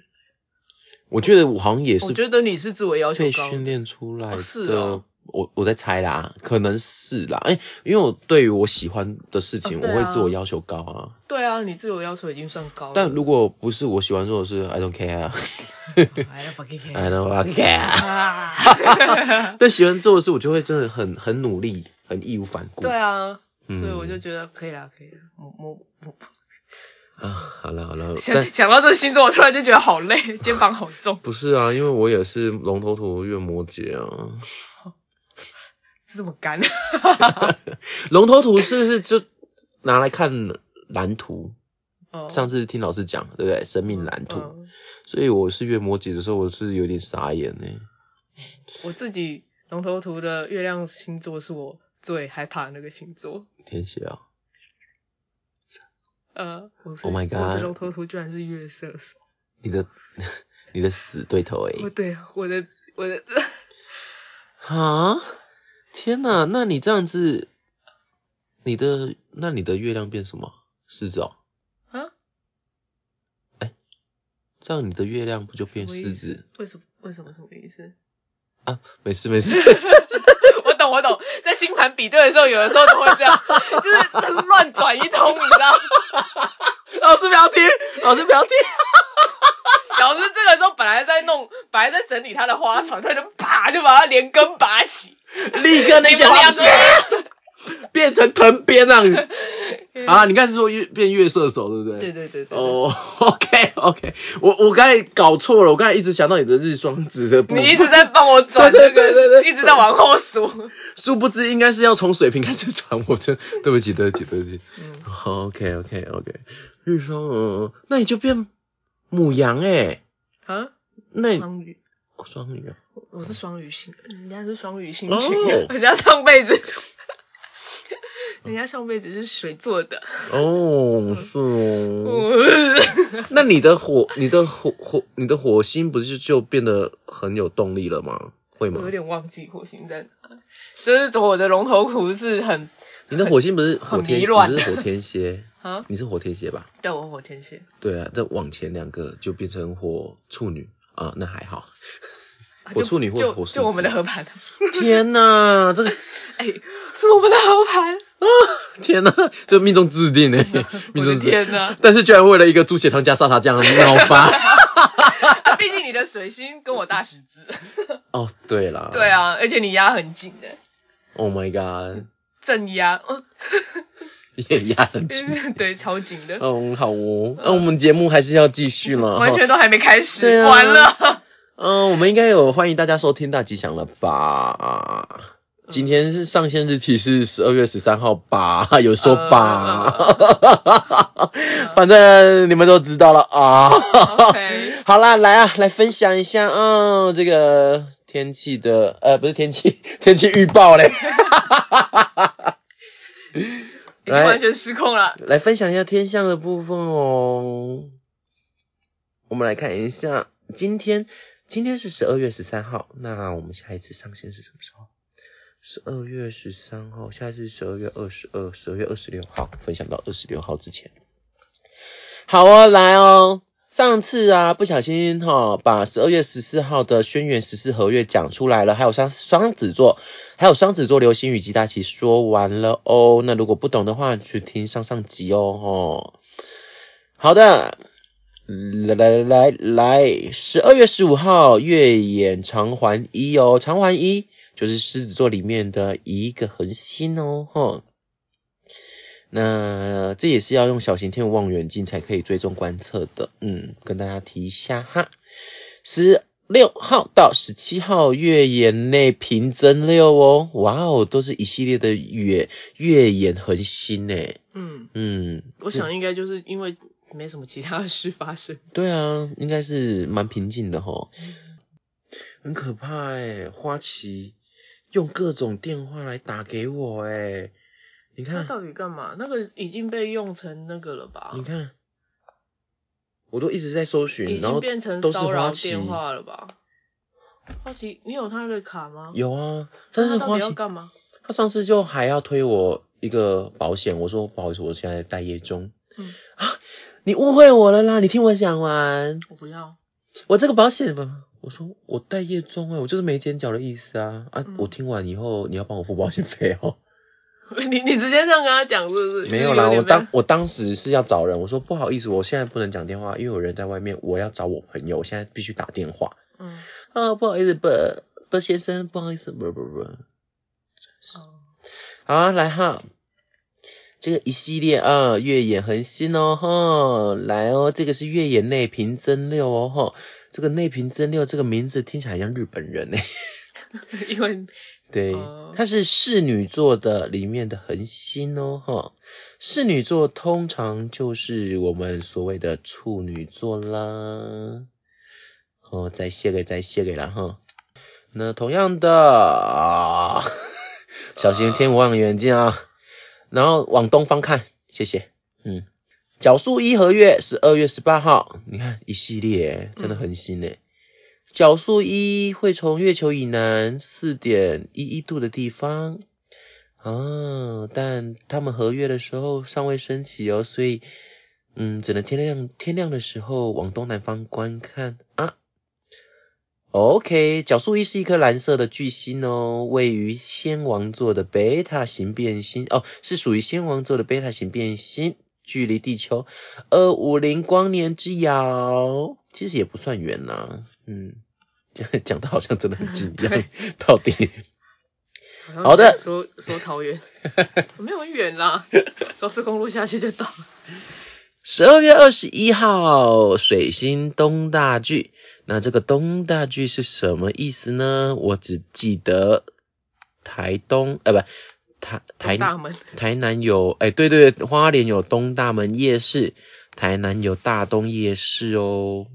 我觉得我好像也是
我觉得你是自我要求
被
高
训
的。
练出来的。
哦是哦
我我在猜啦，可能是啦，哎、因为我对于我喜欢的事情，
哦对啊哦
我会自我要求高啊。
对啊，你自我要求已经算高了。
但如果不是我喜欢做的事，I don't care，I
哎呀，fucking hell
don't care。
啊，
对喜欢做的事，我就会真的很很努力，很义无反顾。
对啊，所
嗯
以我就觉得可以啦，可以啦。我我我
啊，好了好 了，但
想想到这个星座，我突然就觉得好累，肩膀好重，
不是啊，因为我也是龙头土月摩羯啊。
这么干。
龙头图是不是就拿来看蓝图？
哦
上次听老师讲，对不对？生命蓝图。
嗯
所以我是月摩羯的时候，我是有点傻眼呢、
我自己龙头图的月亮星座是我最害怕的那个星座。
天蝎啊，
呃，我是
Oh my
我的
god
龙头图居然是月射手。
你的 你的死对头哎、
我哦对我的我的，
啊！天哪，那你这样子，你的那你的月亮变什么？狮子哦，
啊，
这样你的月亮不就变
什么意
狮
思
子
为什么为什么什么意思？
啊？没事没事，
我懂我懂，在星盘比对的时候，有的时候都会这样， 就是乱转一通，你知道？
老师不要听，老师不要听。
老师这个时候本来在弄，本来在整理他的花场，他就啪就把他连根拔起，
立刻那
你
些
们
花
两
不
个
变成藤编啊！ 啊，你刚才是说月变月射手对不对？
对对对对，
哦、o k OK，我我刚才搞错了，我刚才一直想到你的日双子的部
你
分，
一直在帮我转
对
这
对对对
个，
对
一直在往后数。
殊不知应该是要从水平开始传，我真对不起对不起对不起。好 OK OK OK，日双呃，那你就变母羊哎、
啊，
那你
双鱼，
哦双鱼啊
我是双鱼星，人家是双鱼星
哦
群，人家上辈子， 人家上辈子是水做的。
哦是哦，
嗯
那你的火你的火火你的火星不是就变得很有动力了吗？会
我
吗
有？点忘记火星在哪，就是我的龙头图是很
你的火星不是火
很
天，
迷
你
乱
不是火天蝎，
啊，
你是火天蝎吧？
对我火天蝎，
对啊，再往前两个就变成火处女啊，那还好。
啊
火
就
处女或
就
火狮
就我们的
子
合盘，
天哪，这个
哎，是我们的合盘，
天哪， 就命中注定 哎，命
我
中
的
注定。
天哪！
但是居然为了一个猪血汤加沙茶酱闹 翻。
啊，毕竟你的水星跟我大十字，
哦，对啦，
对啊，而且你压很紧的，
，Oh my god，
正压，哦，
也压很 紧。
对，超紧的，
嗯，好哦，那、我们节目还是要继续了。
完全都还没开始，
对啊
完了，
嗯，我们应该有欢迎大家收听大吉祥了吧？今天是上线日期是十二月十三号吧？有说吧？
呃
反正你们都知道了啊。
OK
好啦，来啊，来分享一下，嗯，这个天气的，呃，不是天气， 天气预报嘞。
已经完全失控了，
来分享一下天象的部分哦。我们来看一下，今天今天是十二月十三号，那我们下一次上线是什么时候？十二月十三号，下一次十二月二十二、十二月二十六号，分享到二十六号之前。好哦，来哦。上次啊，不小心哈、把十二月十四号的轩辕十四合月讲出来了，还有双双子座，还有双子座流星雨及大奇说完了哦。那如果不懂的话，去听上上集哦。哦，好的，来来来来，十二月十五号月演偿还一哦，偿还一就是狮子座里面的一个恒星哦。哈，那这也是要用小型天文望远镜才可以追踪观测的，嗯，跟大家提一下哈。十六号到十七号月眼内平增六哦，哇哦，都是一系列的月月眼恒星呢，
嗯，
嗯，
我想应该就是因为没什么其他的事发生，
对啊，应该是蛮平静的吼，很可怕哎、花旗用各种电话来打给我哎、你
那
看，
到底干嘛？那个已经被用成那个了吧？
嗯你看，我都一直在搜
已
寻，然
经
后
变成
都是
骚扰
花旗，
电话了吧？花旗，你有他的卡吗？
有啊，
那
但是
他到
花
底要
旗
干嘛？
他上次就还要推我一个保险，我说不好意思，我现在待业中。
嗯
啊，你误会我了啦！你听我讲完，
我不要。
我这个保险不，我说我待业中哎、我就是没剪脚的意思啊啊！
嗯
我听完以后你要帮我付保险费 哦。
你你直接这样跟他讲是不是？
没有啦，
就是
我
点被
当我当时是要找人，我说不好意思，我现在不能讲电话，因为有人在外面，我要找我朋友，我现在必须打电话。
嗯，
啊，不好意思，不不先生，不好意思，不不不，
哦
好啊，来哈，这个一系列啊，月眼恒星哦哈，来哦，这个是月眼内平真六哦哈，这个内平真六这个名字听起来像日本人呢，
因为
对
哦，
它是侍女座的里面的恒星哦哈，侍女座通常就是我们所谓的处女座啦，哦，再谢给再谢给了哈，那同样的啊，小心天文望远镜啊，然后往东方看，谢谢。嗯，角宿一合月十二月十八号，你看一系列真的很新诶。角宿一会从月球以南四点一一度的地方啊，但他们合月的时候尚未升起哦，所以嗯，只能天亮天亮的时候往东南方观看啊。OK，角宿一是一颗蓝色的巨星哦，位于仙王座的贝塔型变星哦，是属于仙王座的贝塔型变星，距离地球二五零光年之遥，其实也不算远 啦、嗯，讲的好像真的很近一样，到底好的
说说桃 园，没有很远啦，高速公路下去就到了。
十二月二十一号，水星东大剧。那这个东大剧是什么意思呢？我只记得台东，呃，不，台台
大门
台南有，哎、对对对，花莲有东大门夜市，台南有大东夜市哦。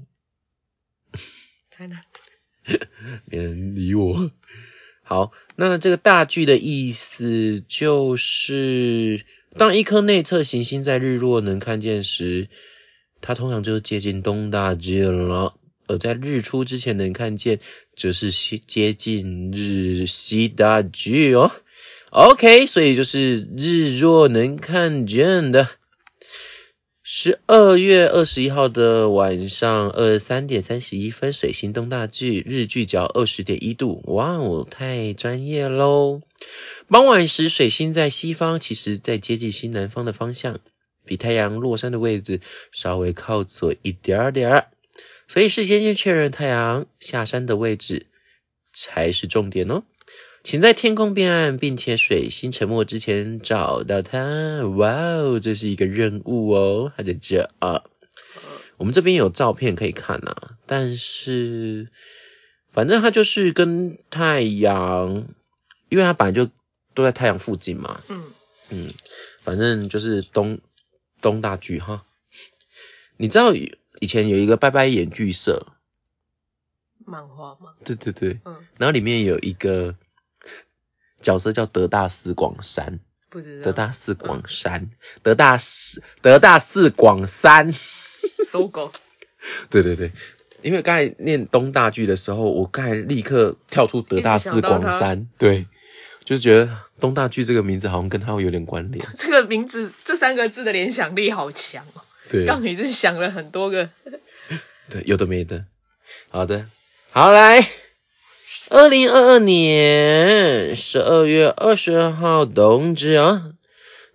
台南
没人理我。好，那这个大剧的意思就是，当一颗内侧行星在日落能看见时，它通常就是接近东大距了。而在日出之前能看见，则是西接近日西大距哦。OK，所以就是日落能看见的。十二月二十一号的晚上二十三点三十一分，水星东大距，日距角二十点一度。哇哦，太专业喽！傍晚时，水星在西方，其实在接近西南方的方向，比太阳落山的位置稍微靠左一点儿点儿。所以事先先确认太阳下山的位置才是重点哦。请在天空变暗并且水星沉没之前找到它。哇哦，这是一个任务哦，它在这啊。我们这边有照片可以看啊，但是反正它就是跟太阳，因为它本来就都在太阳附近嘛，
嗯，
嗯，反正就是东东大剧哈。你知道以前有一个拜拜演剧社，
漫画嘛，
对对对，
嗯，
然后里面有一个角色叫德大四广山，
不知道
德大四广山，德大四德大四广山，
搜狗，
对对对。因为刚才念东大剧的时候，我刚才立刻跳出德大四广山，对，就是觉得东大剧这个名字好像跟他有点关联，
这个名字这三个字的联想力好强哦，
对。啊
刚也是想了很多个，
对，有的没的。好的，好来，二零二二年十二月二十二号冬至哦，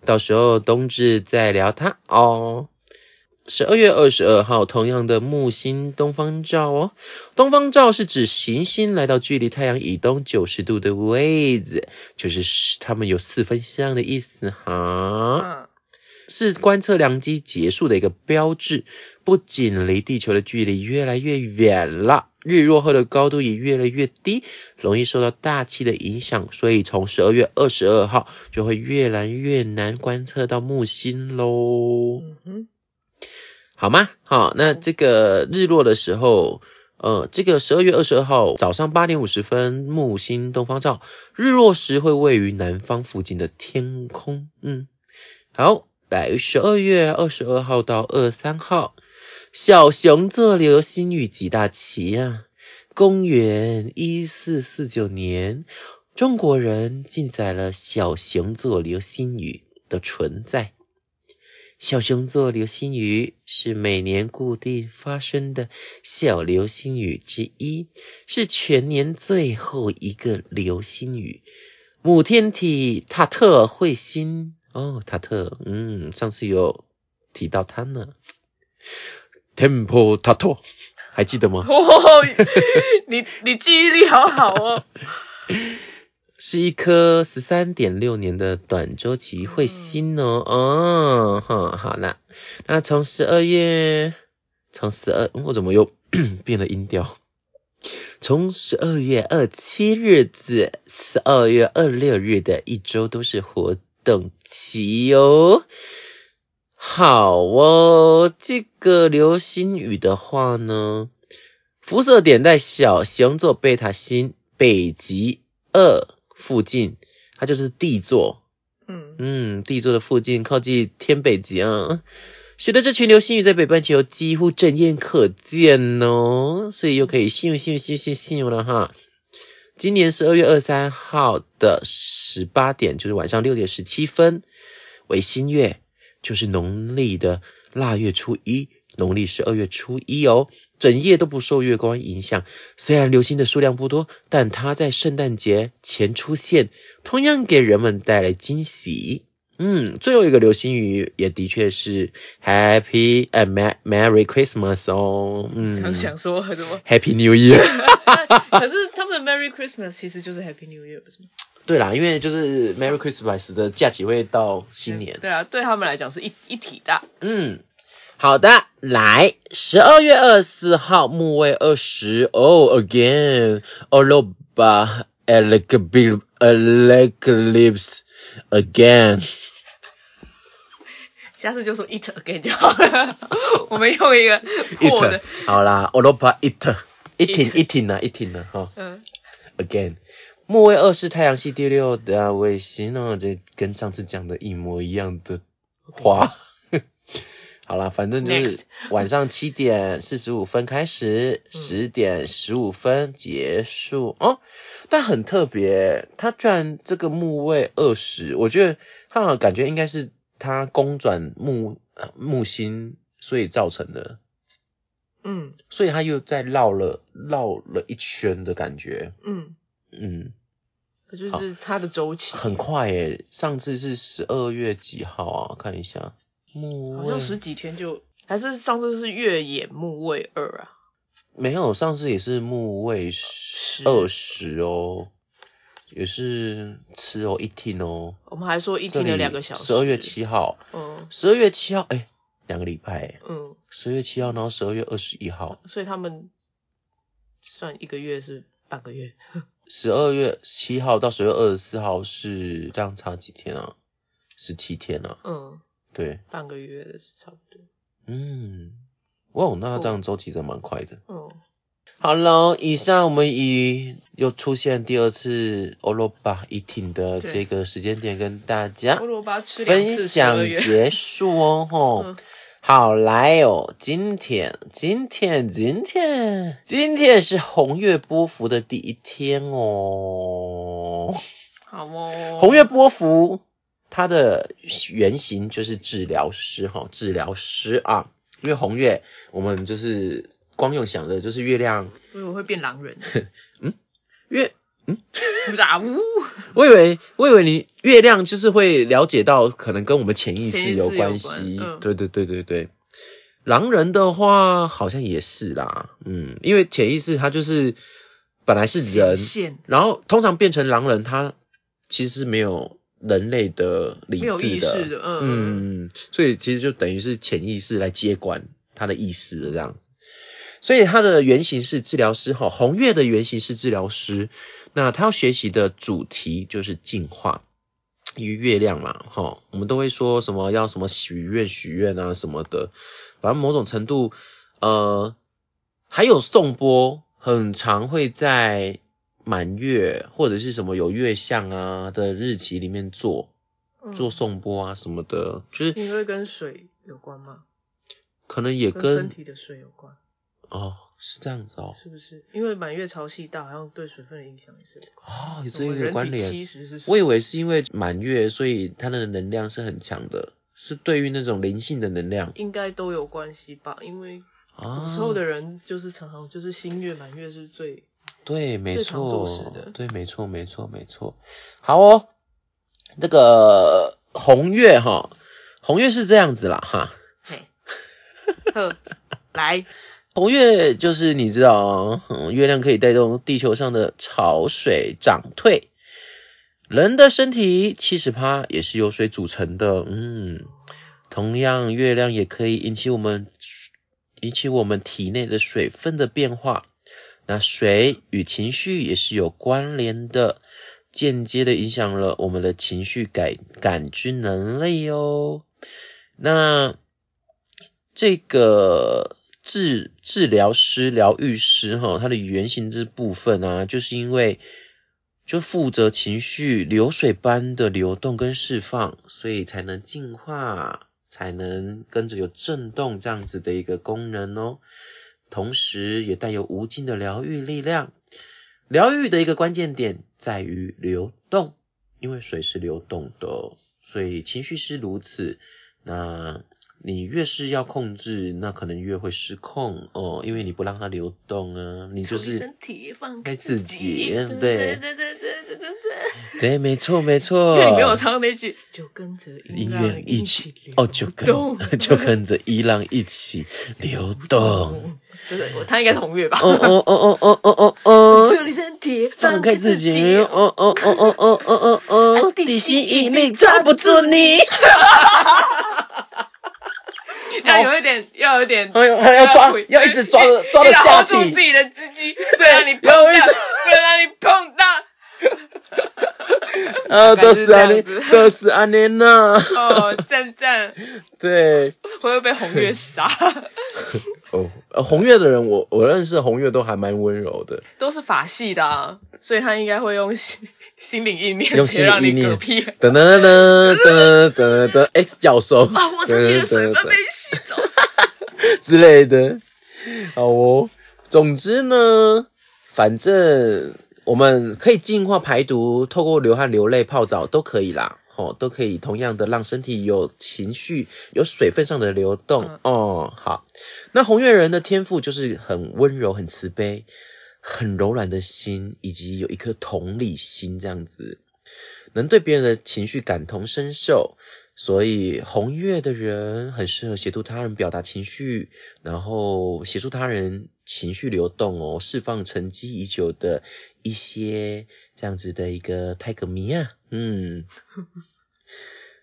到时候冬至再聊它哦。十二月二十二号，同样的木星东方照哦。东方照是指行星来到距离太阳以东九十度的位置，就是它们有四分相的意思哈。
嗯，
是观测良机结束的一个标志，不仅离地球的距离越来越远了，日落后的高度也越来越低，容易受到大气的影响，所以从十二月二十二号就会越来越难观测到木星喽，
嗯哼，
好吗？好，那这个日落的时候。呃，这个十二月二十二号早上八点五十分，木星东方照，日落时会位于南方附近的天空。嗯，好，来十二月二十二号到二三号，小熊座流星雨几大期啊！公元一四四九年，中国人记载了小熊座流星雨的存在。小熊座流星雨是每年固定发生的小流星雨之一，是全年最后一个流星雨。母天体塔特彗星哦，塔特，嗯，上次有提到它呢。Temple 塔特，还记得吗？
哦，你 你记忆力好好哦，
是一颗十三点六年的短周期彗星哦，哦，哼，好啦，那从十二月，从十二，嗯我怎么又 变了音调？从十二月二七日至十二月二六日的一周都是活动期哟、哦。好哦，这个流星雨的话呢，辐射点在小熊座贝塔星北极二附近，它就是地座，
嗯，
嗯，地座的附近靠近天北极啊，使得这群流星雨在北半球几乎正面可见哦，所以又可以幸幸幸幸幸了哈。今年十二月二三号的十八点，就是晚上六点十七分，为新月，就是农历的腊月初一，农历十二月初一哦。整夜都不受月光影响，虽然流星的数量不多，但它在圣诞节前出现，同样给人们带来惊喜。嗯，最后一个流星雨也的确是 Happy 呃 Mer Merry Christmas 哦，
想
嗯
想说什么？
，Happy New Year。
可是他们的 Merry Christmas 其实就是 Happy New Year，不是吗？
对啦，因为就是 Merry Christmas 的假期会到新年。
对啊，对他们来讲是一一体的。
嗯，好的，来，十二月二十四号，木卫二十哦，again，欧罗巴 eclipse eclipse again，
下次就 说 it again 就好了。我们用一个破的
it，，好啦，欧罗巴 it。一挺
It
一挺呢，一挺呢，哈
嗯，
，again，木卫二是太阳系第六的卫星哦，这跟上次讲的一模一样的话。 好啦，反正就是
Next
晚上七点四十五分开始，十点十五分结束哦。但很特别，它居然这个木卫二十，我觉得它好像感觉应该是它公转木呃木星所以造成的，
嗯
所以它又再绕了绕了一圈的感觉。
嗯，
嗯，
就是它的周期，
很快耶，上次是十二月几号啊？看一下，木
好
卫
像十几天就，还是上次是月野木卫二啊，
没有，上次也是木卫
十
二十哦，也是吃哦一听哦，
我们还说一天的两个小时，
十二月，七号，
嗯
十二月七号，哎、两个礼拜，
嗯，
十二月七号，然后十二月二十一号，
所以他们算一个月是半个月，
十二月七号到十二月二十四号是这样差几天啊？十七天啊，
嗯，
对，
半个月的差不多，
嗯，哇，那
哦
这样周期真蛮快的。
嗯，
好喽，以上我们以又出现第二次欧罗巴一挺的这个时间点跟大家
胡萝卜吃两
分
次十二
享
月，
结束哦，吼、
嗯
好来哦，今天今天今天今天是红月波幅的第一天哦，
好哦，
红月波幅它的原型就是治疗师哈，治疗师啊，因为红月我们就是光用想的就是月亮。
我以为会变狼人，
月，
打呜，
我以为我以为你月亮就是会了解到，可能跟我们潜意
潜
识
意识有
关系。
关嗯
对对对对对，狼人的话好像也是啦，嗯，因为潜意识它就是本来是 人，
线
然后通常变成狼人，他其实没有人类的理
没有
智
意识的，嗯嗯
嗯，所以其实就等于是潜意识来接管他的意识的这样子。所以他的原型是治疗师哈，红月的原型是治疗师。那他要学习的主题就是进化与月亮嘛，哈，我们都会说什么要什么许愿许愿啊什么的，反正某种程度，呃，还有颂钵很常会在满月或者是什么有月相啊的日期里面做，
嗯
做颂钵啊什么的，就是
你会跟水有关吗？
可能也
跟身
跟
体的水有关，
哦是这样子哦，
是不是？因为满月潮汐大，好像对水分的影响也是有关。
哦有
我
这
们
个
人
关
体
联
七，十是
我
水，
以为是因为满月，所以它的能量是很强的，是对于那种灵性的能量
应该都有关系吧？因为
啊，
古时候的人就是常常就是新月满月是最
对，没
最常做事
错
的，
对，没错，没错，没错。好哦，那个红月哈，红月是这样子啦哈，
嘿， 呵，来，
红月就是你知道啊、嗯月亮可以带动地球上的潮水涨退。人的身体七十趴也是由水组成的，嗯，同样月亮也可以引起我们引起我们体内的水分的变化。那水与情绪也是有关联的，间接的影响了我们的情绪感感知能力哦。那这个治治疗师、疗愈师哈，他的原型这部分啊，就是因为就负责情绪流水般的流动跟释放，所以才能净化，才能跟着有震动这样子的一个功能哦。同时也带有无尽的疗愈力量。疗愈的一个关键点在于流动，哦因为水是流动的，所以情绪是如此。那你越是要控制，那可能越会失控哦，因为你不让它流动啊，你就
注意
是
身体放
该
开
自己
己，
对
对对对对对对对。
对，没错没错。
因为你跟我唱那句，就跟着
哦音
浪
乐一
起
起
流
哦，就
动
跟 就跟着伊朗一起流动。
动，就是我他应该是红月吧？
哦哦哦哦哦哦哦，
注意身体，
放开自
自
己！
哦
哦哦哦哦哦哦哦哦，
地
地
心
心
引
引
力
力抓不住你。
要有一点，要有一点，
哎呦，还哦要抓
回，
要一直抓 着抓着
你哎要
下
hold 住自
体。
己的鸡 鸡，不让你碰到，
然后一直
不能让你碰到。
啊，
大概
都
是
是
这
安
样
妮
子，
都是啊安妮娜。
哦，赞赞，
对，
会不会被红月杀？
哦，呃红月的人，我我认识的红月都还蛮温柔的。
都是法系的、啊，所以他应该会用心心灵意念，
用
直接
心理
让
意
你
念
嗝屁。
噔噔噔噔噔噔，X 教授
啊！我身体的水分
噔
被你吸走。
之类的。好哦，总之呢，反正我们可以净化排毒，透过流汗、流泪、泡澡都可以啦。哦，都可以同样的让身体有情绪、有水分上的流动、
嗯
哦。好，那红月人的天赋就是很温柔、很慈悲、很柔软的心，以及有一颗同理心这样子，能对别人的情绪感同身受。所以红月的人很适合协助他人表达情绪，然后协助他人情绪流动哦，释放沉积已久的一些这样子的一个泰格米啊，嗯，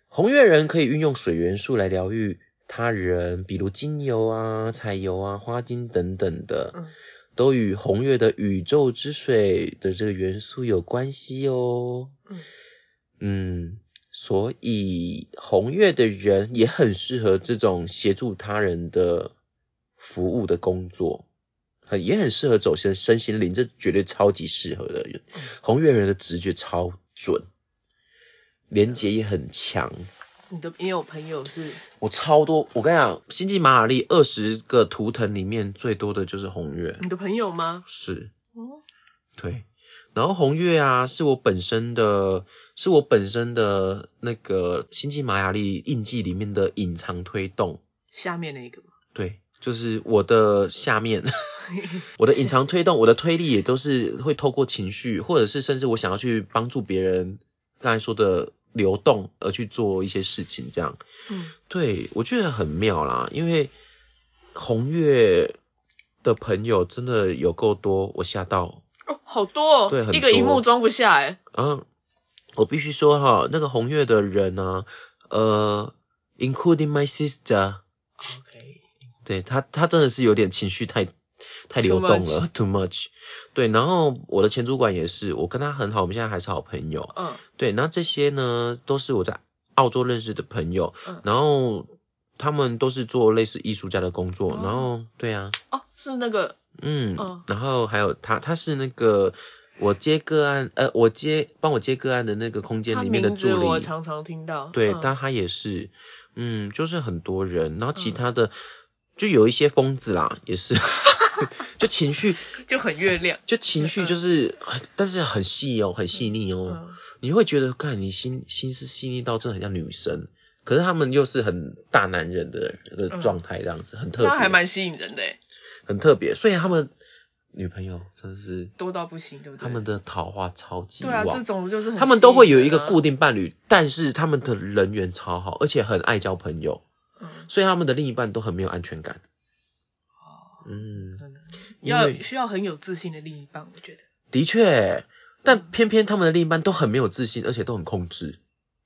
红月人可以运用水元素来疗愈他人，比如精油啊、彩油啊、花精等等的，
嗯
都与红月的宇宙之水的这个元素有关系哦。
嗯
嗯，所以红月的人也很适合这种协助他人的服务的工作，很也很适合走身身心灵，这绝对超级适合的。红月人的直觉超准，连接也很强。
你的，你有朋友是
我超多，我跟你讲，星际马雅历二十个图腾里面最多的就是红月，
你的朋友吗？
是。
哦，
对，然后红月啊，是我本身的，是我本身的那个星际玛雅历印记里面的隐藏推动，
下面那个吗？
对，就是我的下面，
嗯
我的隐藏推动，我的推力也都是会透过情绪，或者是甚至我想要去帮助别人，刚才说的流动而去做一些事情，这样，
嗯，
对我觉得很妙啦，因为红月的朋友真的有够多，我吓到。
哦，好多哦，
对很
一个荧幕
多
装不下哎。
嗯，我必须说哈，那个红月的人呢、呃，including my sister，
OK，
对他，他真的是有点情绪太太流
Too
动了，too much。对，然后我的前主管也是，我跟他很好，我们现在还是好朋友。啊
嗯
对，那这些呢，都是我在澳洲认识的朋友，
嗯，
然后他们都是做类似艺术家的工作，
哦
然后对啊，
哦，是那个
嗯，
嗯
然后还有他，他是那个我接个案，呃，我接帮我接个案的那个空间
他
里面的
名
助
字
理，
我常常听到。
对，
嗯
但他也是，嗯，就是很多人，然后其
嗯
他的、就有一些疯子啦，也 是，就情绪，
就很月亮。
就情绪就是，很但是很细哦，很细腻哦，
嗯，
你会觉得，看你心心思细腻到真的很像女生，可是他们又是很大男人的的
嗯
状态，这样子很特
那还
别，
蛮吸引人的哎，
很特别，所以他们女朋友真的是
多到不行，对不对？
他们的桃花超级
对啊，
旺。
这种就是很
他们都会有一
吸
个
引人啊
固定伴侣，但是他们的人缘超好，而且很爱交朋友。
嗯
所以他们的另一半都很没有安全感。
哦
嗯，
可能
因
要
为
需要很有自信的另一半，我觉得
的确，但偏偏他们的另一半都很没有自信，而且都很控制。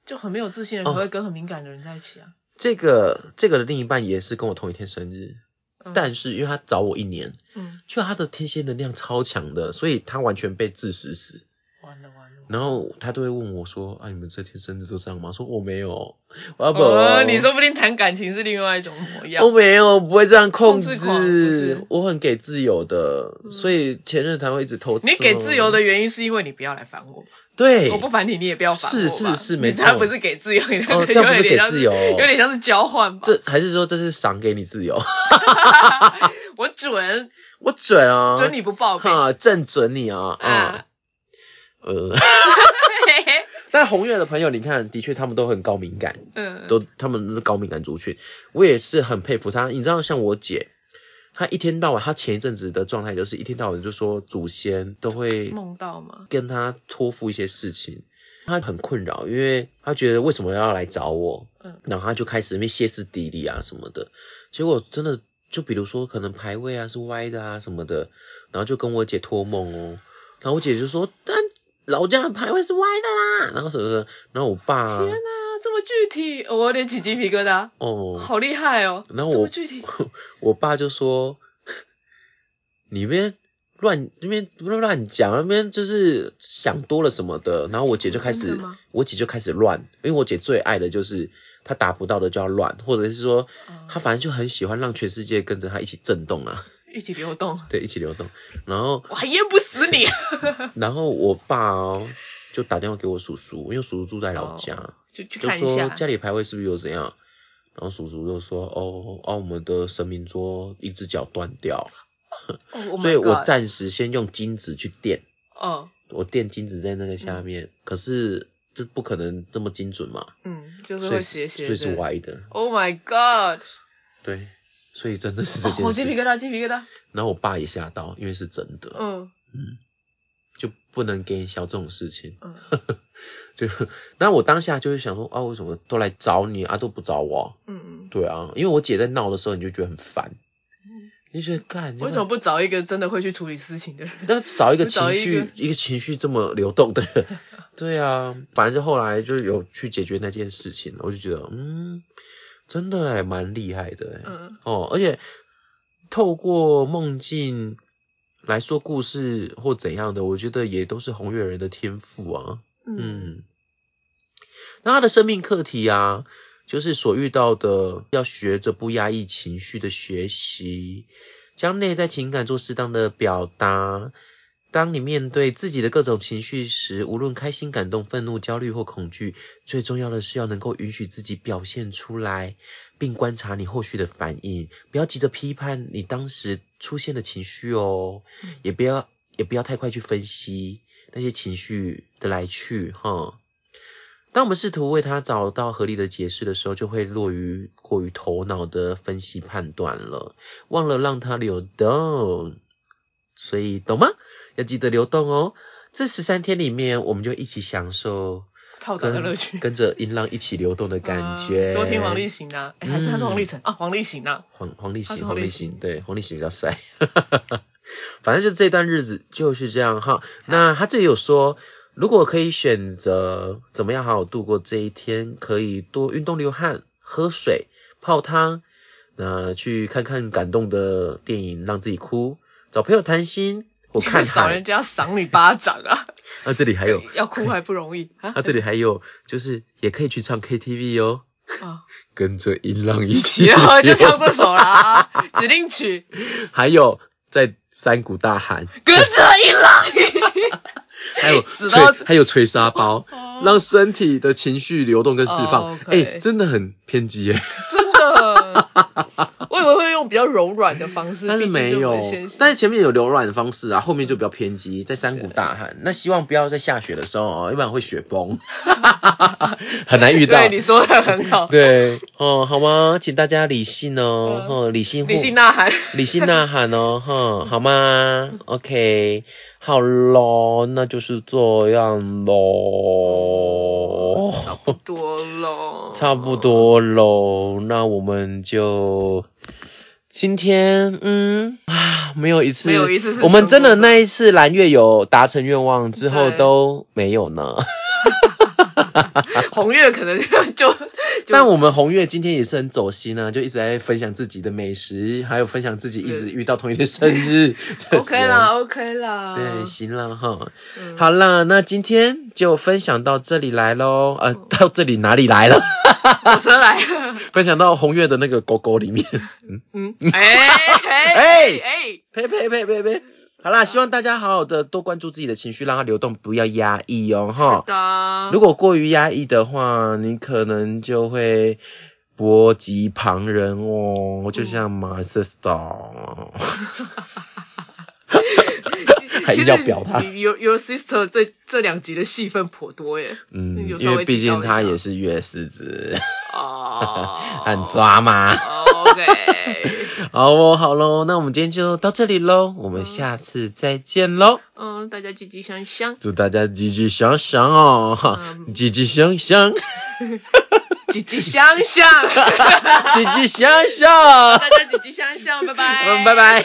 就很没有自信
哦
的人才会跟很敏感的人在一起啊。
这个这个的另一半也是跟我同一天生日，
嗯
但是因为他早我一年，
嗯，
就他的天蝎能量超强的，所以他完全被自食死。
完了完了。
然后他都会问我说：“啊，你们这天生日都这样吗？”说我没有，我要不、
哦，你说不定谈感情是另外一种模样
我。没有，不会这样控制，
控制狂不是嗯
我很给自由的，所以前任才会一直偷吃。
你给自由的原因是因为你不要来烦我，
对，
我不烦你，你也不要烦我
是
吧
是是没
你他
错
不是给自由，你
哦，
那个
这样不
有
是
点
给
像
自
是
由、
有点像是交换吧。
这还是说这是赏给你自由？
我准
我准啊，
准你啊不报备，
哈，正准你啊，
啊
啊，呃，
嘿嘿
但红月的朋友，你看，的确他们都很高敏感，
嗯，
都他们都是高敏感族群，我也是很佩服他。你知道，像我姐，她一天到晚，她前一阵子的状态就是一天到晚就说祖先都会
梦到吗？
跟她托付一些事情，她很困扰，因为她觉得为什么要来找我，
嗯
然后她就开始那边歇斯底里啊什么的，结果真的就比如说可能排位啊是歪的啊什么的，然后就跟我姐托梦哦，然后我姐就说，但老家的排位是歪的啦，然后什么的，然后我爸、啊
天，哪、这么具体，哦我有点起鸡皮疙瘩，
哦，
好厉害哦！
然后
这
我
么具体，
我爸就说，你那边乱那边乱乱讲，那边就是想多了什么的。然后我姐就开
真
始
的吗，
我姐就开始乱，因为我姐最爱的就是她达不到的就要乱，或者是说
嗯
她反正就很喜欢让全世界跟着她一起震动啊，
一起流动，
对，一起流动。然 后
我还淹不死 你。
然后我爸哦就打电话给我叔叔，因为叔叔住在老家。
哦就去
就
看一
说
下。
家里排位是不是有怎样？然后叔叔就说哦哦，我们的神明桌一只脚断掉，
哦，Oh my
所以我
God
暂时先用金子去垫，
哦，
我垫金子在那个下面，可是就不可能这么精准嘛，
嗯，就是
所
会
以
斜斜
所以是
的。
歪的，
Oh my god！
对，所以真的是这
哦，我
件
鸡
事。
皮疙瘩，鸡皮疙瘩。
然后我爸也吓到，因为是真的，
嗯
就不能给你笑这种事情。
嗯，
就，但我当下就会想说啊，为什么都来找你啊，都不找我？
嗯，
对啊，因为我姐在闹的时候，你就觉得很烦，你就觉得干
为什么不找一个真的会去处理事 情的人？
那找一个
找
情
一
绪
个
一个情绪这么流动的 人，对啊，反正后来就有去解决那件事情了，我就觉得嗯，真的还蛮厉害的欸，
嗯
哦，而且透过梦境来说故事或怎样的，我觉得也都是红月人的天赋啊，
嗯
嗯，那他的生命课题啊，就是所遇到的，要学着不压抑情绪的学习，将内在情感做适当的表达。当你面对自己的各种情绪时，无论开心、感动、愤怒、焦虑或恐惧，最重要的是要能够允许自己表现出来，并观察你后续的反应，不要急着批判你当时出现的情绪哦，也不要也不要太快去分析那些情绪的来去哈。当我们试图为它找到合理的解释的时候，就会落于过于头脑的分析判断了，忘了让它流动。所以懂吗？要记得流动哦。这十三天里面，我们就一起享受
泡澡的乐
跟
趣。
跟着音浪一起流动的感觉。嗯
嗯多听王力行啊，哎还是他是王力成啊？王力行啊，
黄黄立
他是
行，
黄
黄
立
立
行
行，对，黄立行比较帅。反正就这段日子就是这样哈。那他这里有说，如果可以选择怎么样好好度过这一天，可以多运动、流汗、喝水、泡汤，那去看看感动的电影，让自己哭，找朋友谈心或
你会
看
赏
海
人。家赏你巴掌 啊！
那、这里还有，
要哭还不容易 啊
那、这里还有，就是也可以去唱 KTV 哦，
啊！
跟着音浪一起
然后就唱这首啦，啊指定曲
还有在山谷大喊。
跟着一浪一起。
还有
死到
吹，还有吹沙包
哦，
让身体的情绪流动跟释放
哦。
哎、
，OK
真的很偏激耶，
真的，我以为会用比较柔软的方式，
但是没有
毕竟就会先，嗯
但是前面有柔软的方式啊，后面就比较偏激，在山谷大喊。那希望不要在下雪的时候哦，要不然会雪 崩，很难遇到。
对你说的很好，
对哦，好吗？请大家理性哦，
嗯
哦，理性，
理性 呐喊，
理性呐喊哦，哈，好吗？OK，好咯，那就是这样
哦
咯。
多咯，
差不，多喽，那我们就今天，嗯啊，没有一次，
没有一次是
我们真的
成功的
那一次蓝月有达成愿望之后
对
都没有呢。
红月可能 就
但
就
我们红月今天也是很走心啊，就一直在分享自己的美食，还有分享自己一直遇到同一个生日的
OK 啦，OK 啦，
人。 对，行了哈，
嗯
好啦，那今天就分享到这里来喽，呃，
嗯
到这里哪里来了？
火车来了，
分享到红月的那个狗狗里面。
嗯，哎哎
哎
哎，
呸呸呸呸呸！好啦，希望大家好好的多关注自己的情绪，让它流动，不要压抑哦，哈。
的，
如果过于压抑的话，你可能就会波及旁人哦，就像 my sister。还硬要表他。
你 Your Your Sister 这这两集的戏份颇多耶。
嗯，
有稍
因
微
为毕
提到
竟
一
他
下
也是月狮子，，
哦
很。抓嘛。
OK，
好哦，好喽，那我们今天就到这里喽，我们下次再见喽，
嗯，大家积极向上，
祝大家积极向上哦，哈
嗯
积极向上，
积极向上，
积极向上，
嗯大家积极向上，拜拜，
嗯，拜。拜。